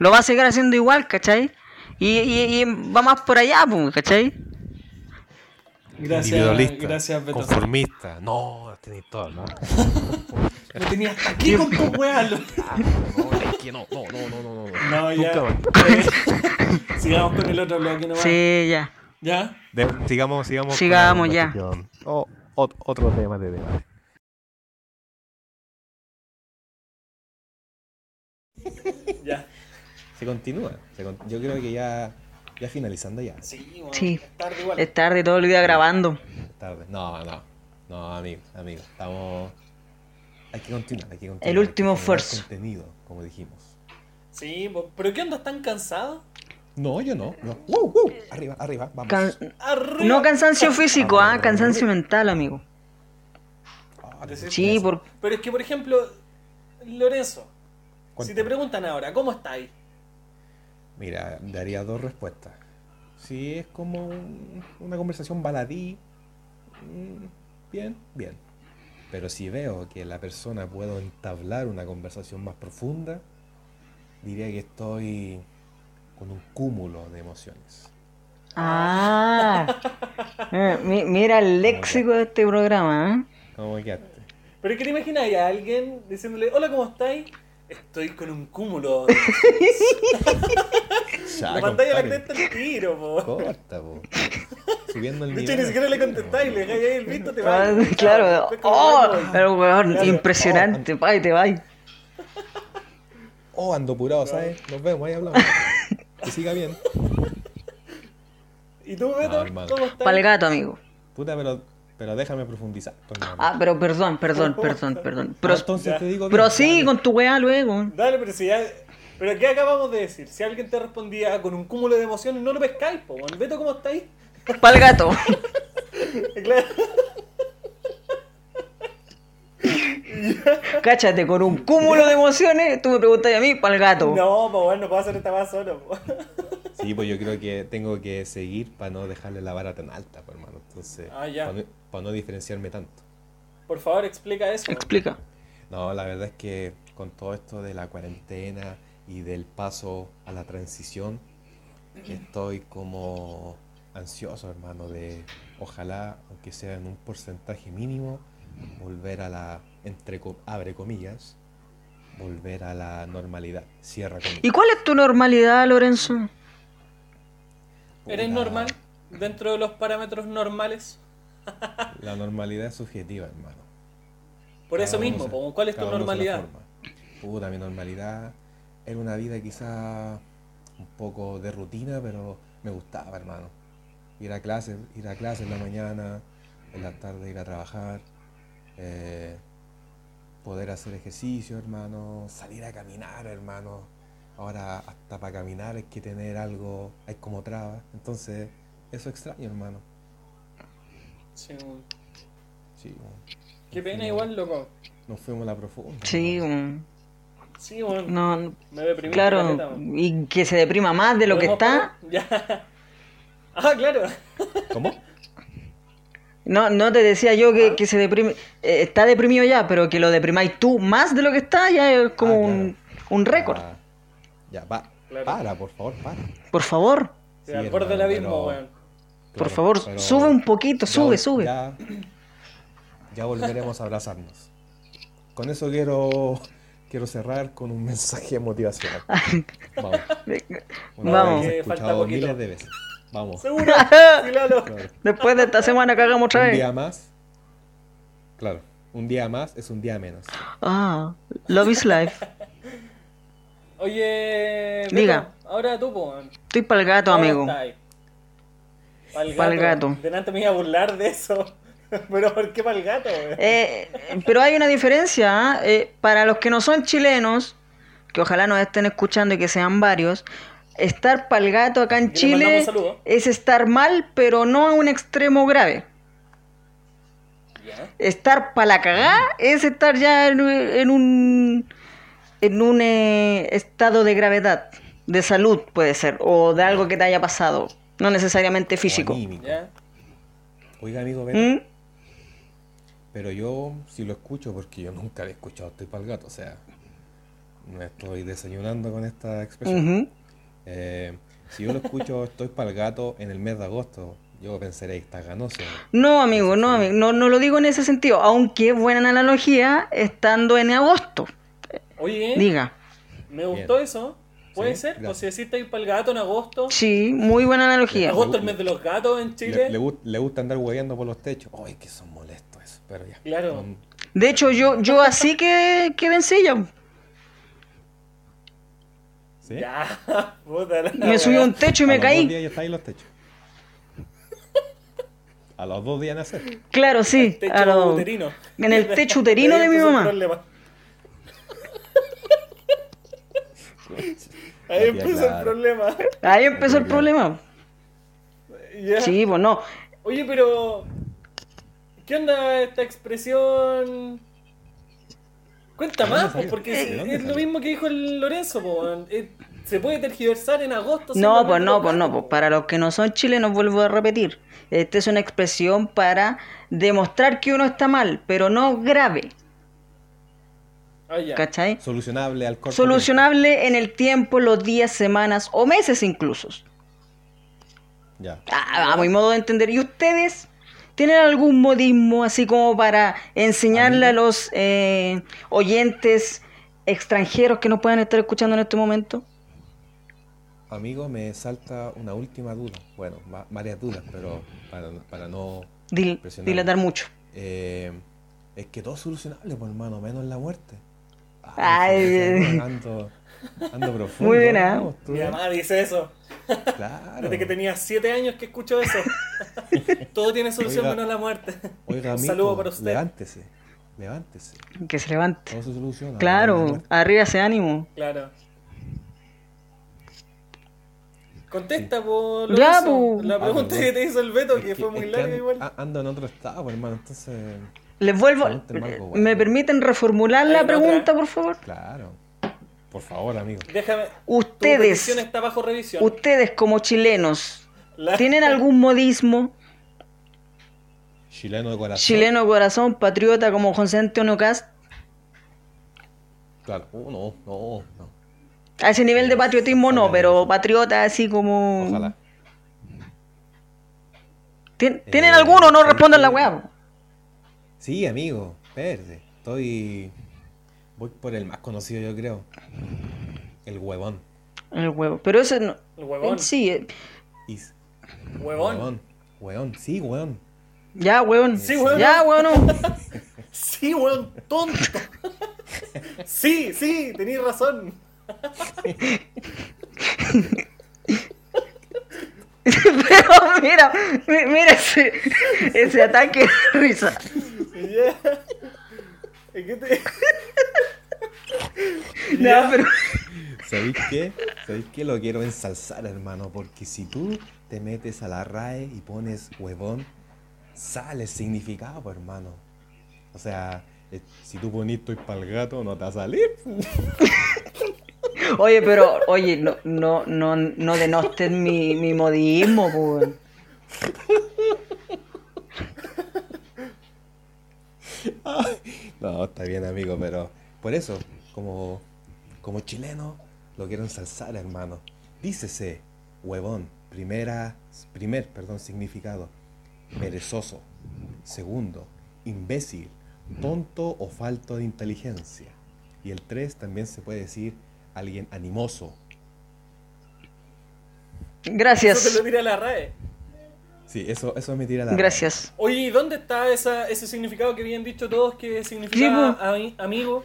Lo va a seguir haciendo igual, ¿cachai? Y, y- y va más por allá, pues, ¿cachai? Gracias, individualista. gracias, Beto. Conformista. No, tenéis todo, ¿no? Me tenías hasta aquí con tu weón. No, es que no, no, no, no, no. no. No, ya. Nunca más. Sigamos con el otro bloque nomás. Sí, ya. ¿Ya? De- sigamos, sigamos. con Sigamos la ya. conversación. O- ot- otro tema de debate. Ya. Se continúa. se con- Yo creo que ya, ya finalizando ya. Sí, weón, Sí. Eh. es tarde igual. Es tarde, todo el día grabando. Tarde. No, no. No, amigo, amigo. Estamos. Hay que continuar, hay que continuar. El último hay que generar esfuerzo. contenido, como dijimos. Sí, po- pero ¿qué andas tan cansado? No, yo no. no. Uh, uh, Arriba, arriba, vamos. Can- Arriba. no cansancio físico, ah, cansancio mental, amigo. Ah, Decís- Sí, por... Pero es que, por ejemplo, Lorenzo, si Cuéntame. te preguntan ahora, ¿cómo estáis? Mira, daría dos respuestas. Si es como un- una conversación baladí, mm, bien, bien. Pero si veo que la persona puedo entablar una conversación más profunda, diría que estoy con un cúmulo de emociones. Ah, Eh, mi- mira el léxico de este programa, ¿eh? ¿Cómo me quedaste? Pero es que te imagináis a alguien diciéndole, hola, ¿cómo estáis? Estoy con un cúmulo. de- Le mandáis a la cresta el tiro, po. Corta, po. Subiendo el De nivel. hecho, ni siquiera le contestáis, le dejáis ahí el visto, te pues, Ah, vas. claro, Pesca oh, con la pero weón, Claro. impresionante, pa, y te vas. Oh, ando apurado, ¿sabes? Nos vemos, ahí hablamos. Que siga bien. ¿Y tú, Beto? No, Ah, hermano. ¿Cómo estás? Pa'l gato, amigo. Puta, pero, pero déjame profundizar. Pues, no, no. Ah, pero perdón, perdón, perdón, perdón. Pero, Ah, entonces ya. te digo bien. pero sí, con tu weá luego. Dale, pero si ya. Pero ¿qué acabamos de decir? Si alguien te respondía con un cúmulo de emociones, no lo pescáis, po. weón. Beto, ¿cómo estáis? Pa'l gato. Claro. Cáchate, con un cúmulo de emociones, tú me preguntas a mí, pa'l gato. No, po, bueno, no puedo hacer esta más solo, po. Sí, pues yo creo que tengo que seguir para no dejarle la vara tan alta, pues, hermano. Entonces, Ah, ya. para no, pa' no diferenciarme tanto. Por favor, explica eso. Explica. No, la verdad es que con todo esto de la cuarentena y del paso a la transición, estoy como ansioso, hermano, de ojalá, aunque sea en un porcentaje mínimo, volver a la, entre co- abre comillas, volver a la normalidad, cierra comillas. ¿Y cuál es tu normalidad, Lorenzo? ¿Eres Puta, normal? Dentro de los parámetros normales. La normalidad es subjetiva, hermano. Por eso Cada uno mismo, se- po. ¿cuál es tu cada uno se la normalidad? forma. Puta, mi normalidad era una vida quizá un poco de rutina, pero me gustaba, hermano. Ir a clases, ir a clases en la mañana, en la tarde ir a trabajar, eh, poder hacer ejercicio, hermano, salir a caminar, hermano. Ahora hasta para caminar hay que tener algo, hay como traba. Entonces, eso extraño, hermano. Sí, weón. Sí, bueno. Qué pena, igual, loco. nos fuimos a la profunda. Sí, un- Sí, bueno. no, no, Me deprimí. caleta, claro, weón. y que se deprima más de lo que ¿Podemos está. parar? Ya. Ah, claro. ¿Cómo? No, no te decía yo que, que se deprime, eh, está deprimido ya, pero que lo deprimáis tú más de lo que está ya es como Ah, un, un récord. Ah, Ya, va. Claro. Para, por favor, para. Por favor, Sí, Sí, al borde del hermano, abismo, pero- weón. Claro, por favor, pero sube un poquito, ya sube, vol- sube. Ya, ya volveremos a abrazarnos. Con eso quiero, quiero cerrar con un mensaje motivacional. Vamos. Una Vamos. vez que he Que falta escuchado poquito. miles de veces. Vamos. Seguro. Sí, Lalo. Claro. Después de esta semana cagamos otra Un vez. día más. Claro. Un día más es un día menos. Ah, love is life. Oye. Beto, Diga. Ahora tú, po, weón. Estoy pa'l gato, amigo. Pal gato. Pa'l gato. Delante me iba a burlar de eso. Pero ¿por qué pa'l gato, weón? Eh, pero hay una diferencia, ¿ah? Eh, para los que no son chilenos, que ojalá nos estén escuchando y que sean varios, estar pa'l gato acá en Que le mandamos Chile un saludo. es estar mal, pero no a un extremo grave. Estar para la cagá es estar ya en, en un en un eh, estado de gravedad, de salud puede ser, o de algo que te haya pasado, no necesariamente físico. O anímico. Ya. Oiga, amigo, ven. ¿Mm? Pero yo sí lo escucho porque yo nunca había escuchado Estoy pa'l gato, o sea, me estoy desayunando con esta expresión. Ujú. Eh, si yo lo escucho Estoy pa'l gato en el mes de agosto, yo pensaré, está ganoso. No, amigo, no, amigo, no, no lo digo en ese sentido, aunque es buena analogía estando en agosto. Oye, Diga. me gustó Bien. eso. ¿Puede Sí, ser? gracias. Pues si decís ahí pa'l gato en agosto. Sí, muy buena analogía. Agosto, el mes de los gatos en Chile. Le, le gust- le gusta andar hueveando por los techos. Ay, que son molestos eso, pero ya. Claro. Mm, De hecho, yo, yo así que quedé en silla. ¿Sí? Ya, puta la Me subí a un techo y A me los dos caí. días ya está ahí los techos. A los dos días nacer. Claro, sí. Techo a lo- uterino. En el techo uterino de mi Ahí empezó el mamá. problema. Ahí empezó el Claro. problema. Ahí empezó el problema. Ya. Sí, pues no. Oye, pero. ¿Qué onda esta expresión? Cuenta ¿De dónde más, pues, salió? porque ¿De si- dónde es lo salió? mismo que dijo el Lorenzo, po, weón. Eh, se puede tergiversar en agosto. No, siendo pues no, menos pues no. gato, Pues para los que no son chilenos, vuelvo a repetir. Esta es una expresión para demostrar que uno está mal, pero no grave. Ah, ya. ¿Cachai? Solucionable al corto Solucionable en el tiempo, los días, semanas o meses incluso. tiempo. Ya. Ah, A, a mi modo de entender. ¿Y ustedes tienen algún modismo así como para enseñarle a los eh, oyentes extranjeros que nos puedan estar escuchando en este momento? Amigo, me salta una última duda. Bueno, va- varias dudas, pero para, para no Dil- presionar. dilatar mucho. Eh, es que todo es solucionable, pues hermano, menos la muerte. Ay, sí, bien. ando, ando profundo. Muy bien, ¿ah? vamos, tú, Mi mamá dice eso. Claro. Desde que tenía 7 años que escucho eso. Todo tiene solución Oiga. menos la muerte. Oiga, Un amigo, saludo para usted. levántese, levántese. Que se levante. Todo se soluciona. menos la Claro, muerte. arriba ese ánimo. Claro. Contesta por Ya, po. la Ah, pregunta perdón. que te hizo el Beto, Es que, fue muy es ah. larga an- igual. a- Ando en otro estado, pues, hermano, entonces, Les vuelvo. Ponte el marco, ¿Me weón. permiten reformular Hay la otra. pregunta, por favor? claro. Por favor, amigo. Déjame. Tu Ustedes, petición está bajo revisión. ustedes como chilenos, La- ¿tienen algún modismo? Chileno de corazón. Chileno corazón, patriota como José Antonio Cast. Claro. Oh, no, no, no. A ese nivel de patriotismo no, pero patriota así como. Ojalá. ¿Tien- ¿Tienen Eh, alguno? No ¿sabes respondan la qué? weá. po. Sí, amigo, verde. Estoy. Voy por el más conocido, yo creo. El huevón. El huevo. Pero eso no. El huevón. Sí, eh, Is- Huevón. Huevón. Huevón, sí, huevón. ya, weón. Sí, weón. Ya, weón. Sí, huevón, tonto. sí, sí, tenéis razón. Pero mira, mi- mira ese, ese ataque de risa. Ya. ¿Y qué te- No, pero. ¿Sabéis qué? ¿Sabéis qué? Lo quiero ensalzar, hermano. Porque si tú te metes a la RAE y pones huevón, sale el significado, pues, hermano. O sea, eh, si tú pones estoy pa'l gato, no te va a salir. Oye, pero, oye, no, no, no, no denosten mi, mi modismo, po, weón. No, está bien, amigo, pero por eso, como, como chileno, lo quiero ensalzar, hermano. Dícese, huevón, primera, primer, perdón, significado, perezoso. Segundo, imbécil, tonto o falto de inteligencia. Y el tres también se puede decir alguien animoso. Eso te Gracias. lo dirá la RAE. Sí, eso, eso me tira la... Gracias. Oye, ¿y dónde está esa, ese significado que habían dicho todos que significaba ami- amigo?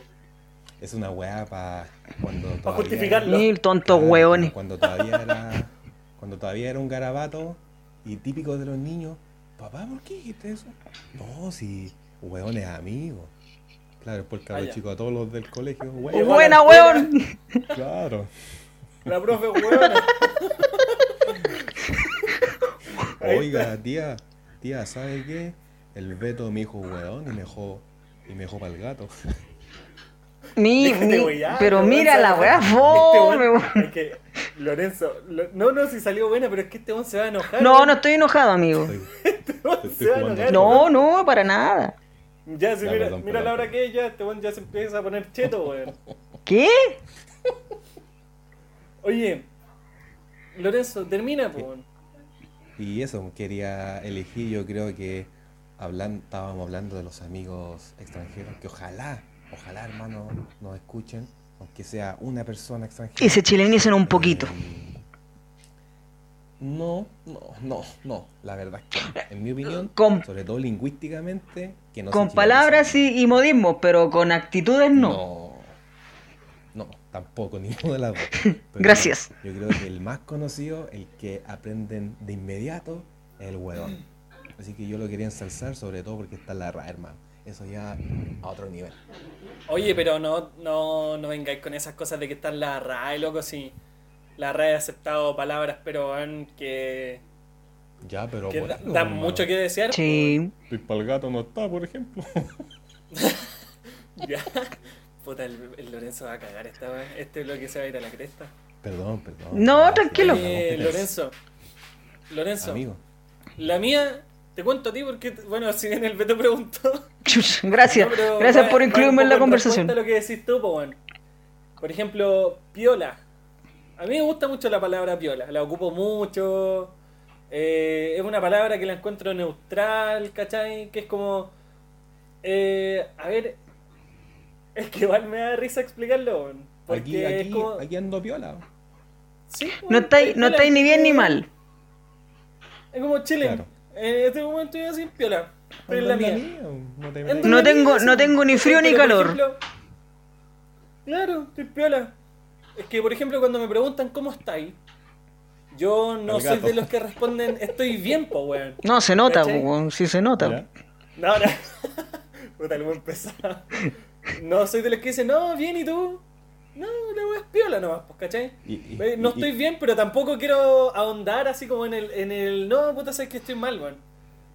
Es una weá para cuando Para todavía- justificarlo. Mil tontos Claro, hueones. Cuando todavía era, cuando todavía era un garabato y típico de los niños, papá, ¿por qué dijiste eso? No, si hueón es amigo. Claro, porque a Ah, los ya. chicos, a todos los del colegio, hueón, Llegó Buena, la weón. claro. La profe huevona. Ahí Oiga, tía, tía, ¿sabe qué? El Beto me dijo hueón y me dejó, y me dejó para el gato. Mi, Déjate mi- huear, pero Lorenzo. mira la weá, Este fome, weón- weón. Es que, Lorenzo, lo- no, no, si salió buena, pero es que este weón se va a enojar. No, weón. no estoy enojado, amigo. Estoy- Este weón estoy se va a jugando. enojar. No, no, para nada. Ya, si Ya, mira, perdón, mira perdón. la hora que es, ya, este weón ya se empieza a poner cheto, weón. ¿Qué? Oye, Lorenzo, termina, po, weón. Y eso, quería elegir, yo creo que hablan, estábamos hablando de los amigos extranjeros, que ojalá, ojalá hermano, nos escuchen, aunque sea una persona extranjera. Y se chilenicen un poquito. Eh, no, no, no, no, la verdad es que, en mi opinión, Con- sobre todo lingüísticamente, que no se Con chilenicen. palabras y, y modismos, pero con actitudes no. No, no, tampoco, ninguno de las dos. Pero Gracias. Yo creo que el más conocido, el que aprenden de inmediato, es el huevón. Así que yo lo quería ensalzar, sobre todo porque está en la RAE, hermano. Eso ya a otro nivel. Oye, pero no, no, no vengáis con esas cosas de que está en la RAE, loco, si la RAE ha aceptado palabras, pero weón, que, Ya, pero que por da- algo, dan hermano. mucho que desear. Sí. Y pa'l gato no está, por ejemplo. Ya. Puta, el, el Lorenzo va a cagar esta weón. Este bloque se va a ir a la cresta. Perdón, perdón. No, gracias, tranquilo. perdón, Eh, ustedes. Lorenzo. Lorenzo. Amigo. La mía, te cuento a ti porque, bueno, si bien el Beto preguntó. Chus, Gracias. No, pero Gracias va- por va un incluirme en poco la conversación. respuesta a lo que decís tú, po, weón. Por ejemplo, piola. A mí me gusta mucho la palabra piola, la ocupo mucho. eh, es una palabra que la encuentro neutral, ¿cachai? Que es como. eh, a ver. Es que igual me da risa explicarlo, weón. Porque Aquí, es aquí, como. aquí ando piola. Sí, No weón, estáis no piola. estáis ni bien ni mal. Es como chile. Claro. En este momento yo sin piola. Pero es la Anda mía. no te Ando metas. en No la tengo- mía, no sí. tengo ni frío ni Pero, por calor. ejemplo, claro, estoy piola. Es que, por ejemplo, cuando me preguntan cómo estáis, yo no Al soy gato. de los que responden estoy bien, po, weón. No, se nota, ¿Cachai? weón, sí se nota. Ya. No, no. Puta, el buen pesado. No, soy de los que dicen, no, bien, ¿y tú? No, la weá es piola nomás, pues, ¿cachai? Y- y- Ve, no y- estoy bien, pero tampoco quiero ahondar así como en el, en el no, puta, sabes que estoy mal, weón.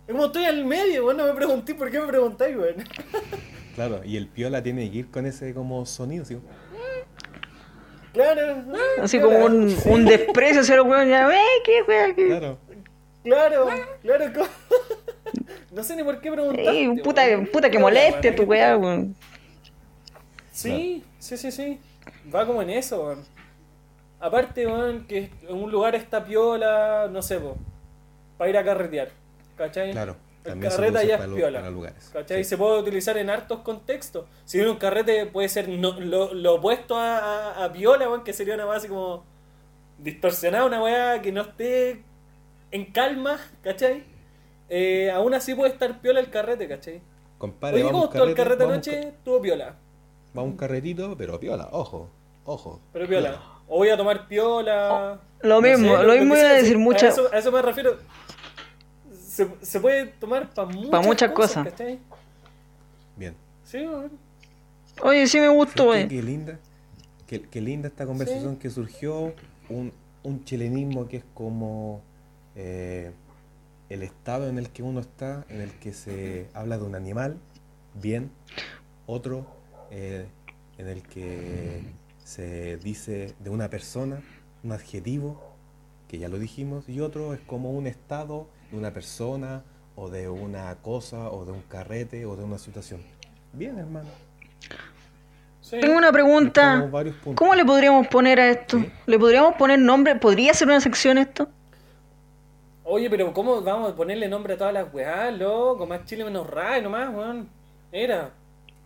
Es como estoy al medio, weón, no me pregunté por qué me preguntáis, weón. Claro, y el piola tiene que ir con ese como sonido, ¿sí? Claro. Así claro, como un, un desprecio hacia los weón, ya, "Eh, qué weón, qué-". Claro. Claro, claro. co- No sé ni por qué preguntaste. Ey, puta, weón. puta que Piola, moleste weón, tu ¿eh? weá, weón. Sí, sí, sí, sí. Va como en eso, weón. Aparte, weón, que en un lugar está piola, no sé, po, para ir a carretear. ¿Cachai? Claro, El también se carrete usa ya para es lu- piola. para lugares, ¿Cachai? sí. Se puede utilizar en hartos contextos. Si bien un carrete puede ser no- lo, lo opuesto a, a- a piola, weón, que sería una base como distorsionada, una weá que no esté en calma, ¿cachai? Eh, aún así puede estar piola el carrete, ¿cachai? Compadre, Oye, ¿cómo vamos estuvo el carrete vamos anoche? Estuvo piola. ca- vamos un carretito, pero piola, ojo, ojo. Pero piola. O voy a tomar piola. Oh, Lo mismo, lo mismo que iba sea, a decir, sí, mucha- A eso, a eso me refiero. Se, se puede tomar para muchas, Pa' muchas cosas. ¿cachai? Bien. Sí, bueno. Oye, sí me gustó, ¿Sabes weón. Qué, Qué linda, qué, qué linda esta conversación que surgió, un, un chilenismo que es como eh, el estado en el que uno está, en el que se habla de un animal, bien, otro, eh, en el que se dice de una persona, un adjetivo, que ya lo dijimos, y otro es como un estado de una persona, o de una cosa, o de un carrete, o de una situación. Bien, hermano. Sí. Tengo una pregunta. Marcamos varios puntos. ¿Cómo le podríamos poner a esto? ¿Le podríamos poner nombre? ¿Podría ser una sección esto? Oye, pero ¿cómo vamos a ponerle nombre a todas las weas, loco? Más chile menos RAE nomás, weón. Era.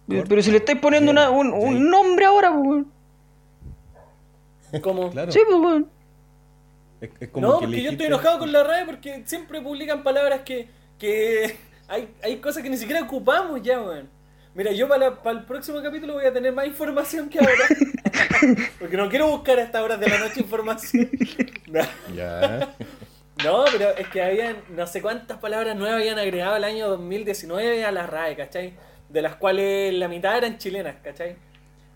Corta. Pero si le estáis poniendo una- un, un Sí. nombre ahora, pues, weón. ¿Cómo? Claro. Sí, pues, weón. Es, es como No, que porque yo elegiste- estoy enojado con la RAE porque siempre publican palabras que, que hay, hay cosas que ni siquiera ocupamos ya, weón. Mira, yo para, para el próximo capítulo voy a tener más información que ahora. porque no quiero buscar a estas horas de la noche información. No, Ya. no, pero es que habían no sé cuántas palabras nuevas habían agregado el año 2019 a la RAE, ¿cachai? De las cuales la mitad eran chilenas, ¿cachai?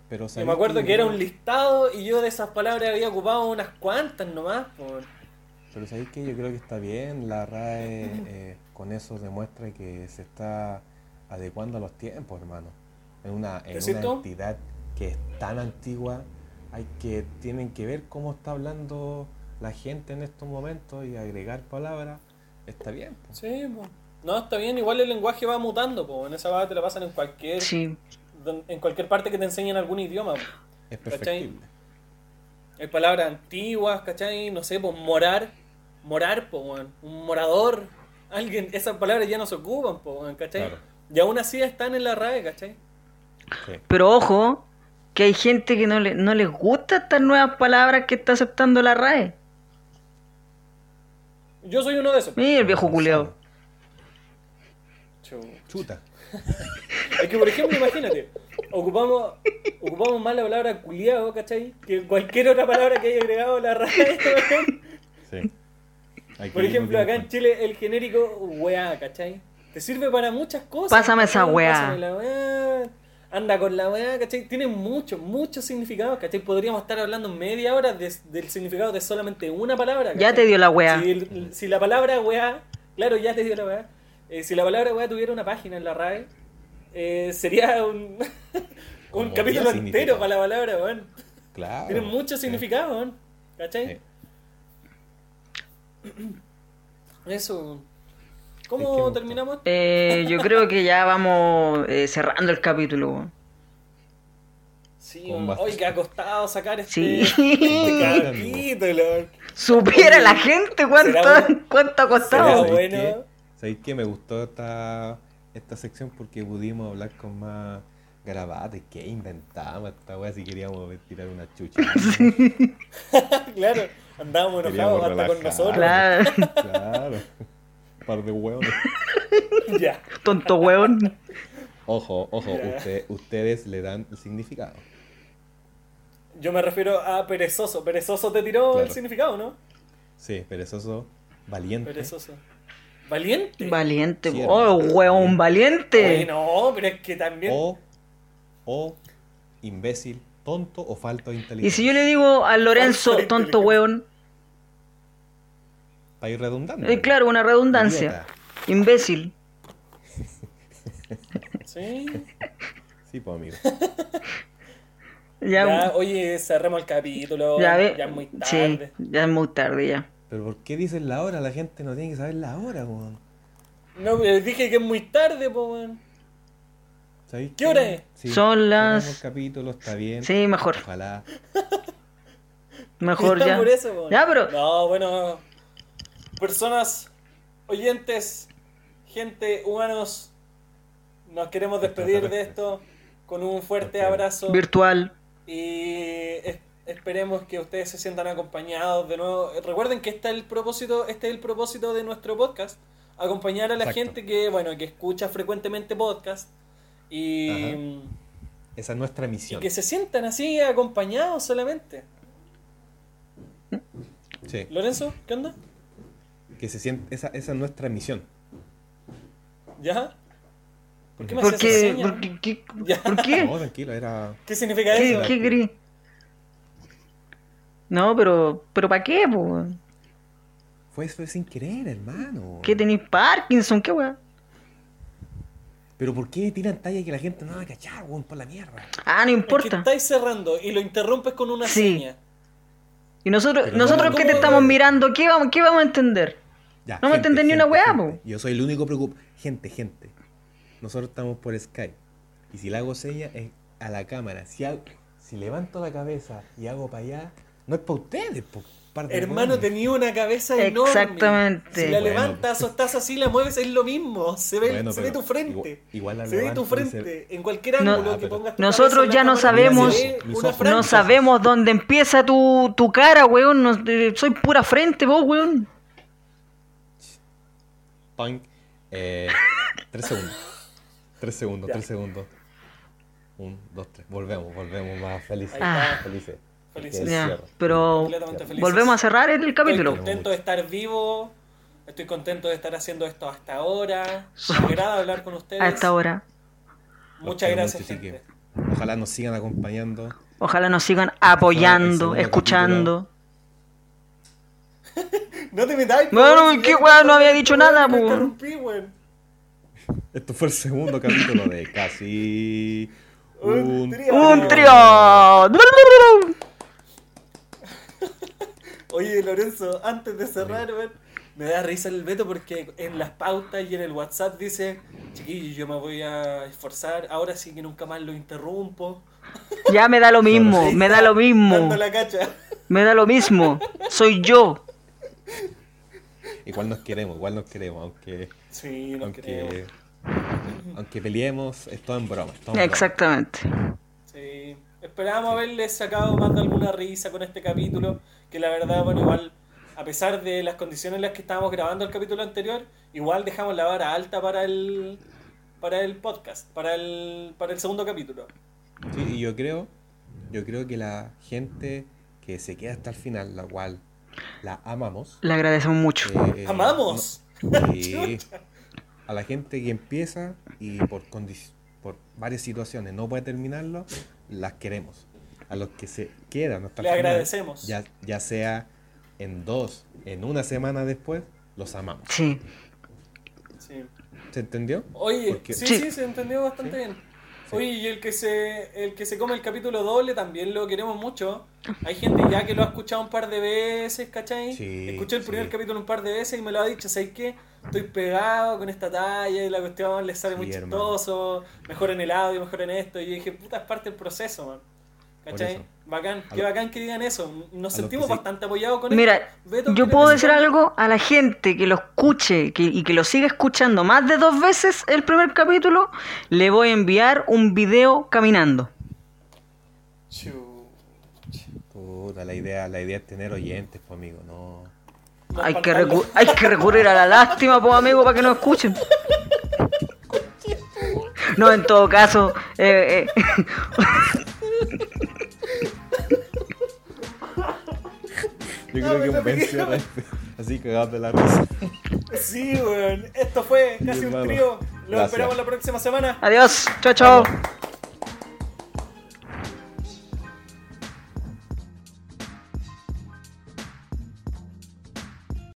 Pero Yo ¿sabes me acuerdo qué? que era un listado y yo de esas palabras había ocupado unas cuantas nomás, por... Pero sabéis que yo creo que está bien. La RAE eh, con eso demuestra que se está adecuando a los tiempos, hermano. En una, en ¿Es una cierto? entidad que es tan antigua, hay que tienen que ver cómo está hablando la gente en estos momentos y agregar palabras. Está bien. po. Sí, po. no, está bien, igual el lenguaje va mutando, po. en esa va te la pasan en cualquier Sí. don- en cualquier parte que te enseñen algún idioma. po. Es ¿Cachai? perfectible. Hay palabras antiguas, ¿cachai? No sé, pues morar, morar, po, weón. un morador, alguien, esas palabras ya no se ocupan, po, weón, ¿cachai? Claro. Y aún así están en la RAE, ¿cachai? Sí. Pero ojo, que hay gente que no, le, no les gusta estas nuevas palabras que está aceptando la RAE. Yo soy uno de esos. po. Mira el viejo culeado. Chu. Chuta. Es que, por ejemplo, imagínate, ocupamos, ocupamos más la palabra culiado, ¿cachai? Que cualquier otra palabra que haya agregado la RAE, weón. Sí. Hay que Por ir ejemplo, acá metiendo en Chile el genérico weá, ¿cachai? Te sirve para muchas cosas. Pásame esa ¿cachai? weá. Pásame la weá. Anda con la weá, ¿cachai? Tiene muchos, muchos significados, ¿cachai? Podríamos estar hablando media hora de- del significado de solamente una palabra. Ya ¿cachai? te dio la weá. Si, el- si la palabra weá, claro, ya te dio la weá. Eh, si la palabra weá tuviera una página en la RAE, eh, sería un, un Como capítulo entero diez significados. para la palabra, weón. Claro. Tiene mucho Sí. significado, ¿eh? weón. ¿Cachai? Sí. Eso. Es que me ¿Cómo gustó. terminamos? Eh, yo creo que ya vamos eh, cerrando el capítulo. weón. Sí, Con un- bastante. hoy que ha costado sacar este, Sí. este capítulo. Supiera la gente cuánto, Será bueno. cuánto ha Será costado. bueno. ¿Sabéis qué? ¿Sabéis qué? Me gustó esta, esta sección porque pudimos hablar con más garabates. ¿Qué inventamos esta weá si queríamos ver- tirar una chucha? claro. Andábamos Queríamos enojados hasta con relajar. nosotros. Claro, Claro. Par de hueones. Ya. tonto hueón. Ojo, ojo, Ya. usted- ustedes le dan el significado. Yo me refiero a perezoso. Perezoso te tiró Claro. el significado, ¿no? Sí, perezoso, valiente. Perezoso. ¿Valiente? Valiente, Sí, oh, hueón, Oye, valiente. no, pero es que también. O, o imbécil, tonto o falto de Y inteligencia. si yo le digo a Lorenzo, Falta de tonto hueón, Para ir redundando. eh, claro, una redundancia. Idiota. Imbécil. Sí. Sí, pues amigo. Ya, Ya, oye, cerremos el capítulo. ya Ya, ve. es muy Sí, tarde. ya es muy tarde ya. Pero ¿por qué dicen la hora? La gente no tiene que saber la hora, weón. No, pero dije que es muy tarde, po, weón. ¿Sabéis ¿Qué hora es? Sí, Son las- cerramos el capítulo, está bien. Sí, mejor, Ojalá. mejor Está ya. por eso, po. Ya, pero- No, bueno. Personas, oyentes, gente, humanos, nos queremos despedir de esto con un fuerte Ok. abrazo. Virtual. y es- esperemos que ustedes se sientan acompañados de nuevo. Recuerden que este es el propósito, este es el propósito de nuestro podcast, acompañar a la Exacto. gente que bueno que escucha frecuentemente podcast y, Ajá. Esa es nuestra y misión. que se sientan así acompañados solamente. Sí, Lorenzo, ¿qué onda? que se siente, esa, esa es nuestra misión. ¿Ya? ¿Por qué me ¿Por haces esa qué? seña? ¿Por qué? ¿Qué- Ya. ¿Por qué? No, tranquilo, era... ¿Qué significa ¿Qué, eso? qué gris? No, pero, pero ¿para qué? po? Fue, fue sin querer, hermano. ¿Qué tenéis Parkinson? ¿Qué weá? Pero ¿por qué tiran talla que la gente no va a cachar, weón, por la mierda? Ah, Es no que importa. estáis cerrando y lo interrumpes con una Sí. seña. Y nosotros, Pero nosotros no, que no, te no, estamos no. mirando, ¿qué vamos, qué vamos a entender? Ya, No me entendí ni una gente, weá, gente. Yo soy el único preocupado. Gente, gente. Nosotros estamos por Skype. Y si la hago sella es a la cámara. Si, hago- si levanto la cabeza y hago para allá, no es para ustedes, po, par de Hermano, hueones. tenía una cabeza enorme. Exactamente. Si la Bueno. levantas o estás así, la mueves, es lo mismo. Se ve, Bueno, se ve pero tu frente. Igual, igual la Se ve tu levanto y frente. En cualquier No- ángulo Ah, que pero- pongas tu Nosotros cabeza en ya la no cámara, sabemos- se ve Mis una ojos. franja. No sabemos dónde empieza tu, tu cara, weón. no- eh, soy pura frente, vos, weón. Punk. Eh, tres segundos. Tres segundos, tres segundos. Un, dos, tres. Volvemos, volvemos más felices. Ah. Felices. Felices. Porque Ya, cierra. pero Completamente felices. volvemos a cerrar el Estoy capítulo. contento de estar vivo. Estoy contento de estar haciendo esto hasta ahora. Me agrada hablar con ustedes. A esta hora. Los Muchas quiero gracias, mucho, así que gente. Ojalá nos sigan acompañando. Ojalá nos sigan el apoyando, segundo escuchando. No te metáis. No, por no, favor, qué si weón, yo no había dicho nada, te po. interrumpí, weón. Esto fue el segundo capítulo de casi Un un, trío. ¡Un trío! Oye, Lorenzo, antes de cerrar, weón, me da risa el veto porque en las pautas y en el WhatsApp dice, chiquillo, yo me voy a esforzar, ahora sí que nunca más lo interrumpo. Ya me da lo mismo, Ahí me está, da lo mismo. Dando la cacha. Me da lo mismo. Soy yo. Igual nos queremos, igual nos queremos, aunque Sí, no creo. aunque, aunque peleemos, es todo en broma. es todo en broma. Exactamente. Sí. Esperábamos haberles sacado más de alguna risa con este capítulo, que la verdad, bueno, igual, a pesar de las condiciones en las que estábamos grabando el capítulo anterior, igual dejamos la vara alta para el para el podcast, para el para el segundo capítulo. Sí, y yo creo, yo creo que la gente que se queda hasta el final, la cual la amamos. Le agradecemos mucho. eh, ¡Amamos! no- sí. a la gente que empieza y por condi- por varias situaciones no puede terminarlo, las queremos. A los que se quedan hasta el Le final, agradecemos. Ya, ya sea en dos, en una semana después, los amamos. Sí. Sí. ¿Se entendió? Oye, Porque- sí, Sí. sí, se entendió bastante bien. Oye, y el que se el que se come el capítulo doble también lo queremos mucho. Hay gente ya que lo ha escuchado un par de veces, ¿cachai? Sí, Escuché el primer sí. capítulo un par de veces y me lo ha dicho, ¿sabes qué? Estoy pegado con esta talla y la cuestión le sale Sí, muy hermano. chistoso, mejor en el audio, mejor en esto. Y yo dije, puta, es parte del proceso, man. Por ¿Cachai? eso. Bacán, A qué lo- bacán que digan eso. Nos a lo que sentimos sí. bastante apoyados con Mira, esto. Beto, yo ¿quieres puedo decir decir algo a la gente que lo escuche que- y que lo siga escuchando más de dos veces el primer capítulo. Le voy a enviar un video caminando. Chu. Puta, la idea, la idea es tener oyentes, pues amigo, no. Nos Hay que, faltan los- recu- hay que recurrir a la lástima, pues amigo, para que nos escuchen. No, en todo caso, eh, eh, Yo creo que un buen cierre, así né? Assim cagado de la risa. Sí, weón. Esto fue casi un hermano. trío. Lo Gracias. esperamos la próxima semana. adiós, chao, chao.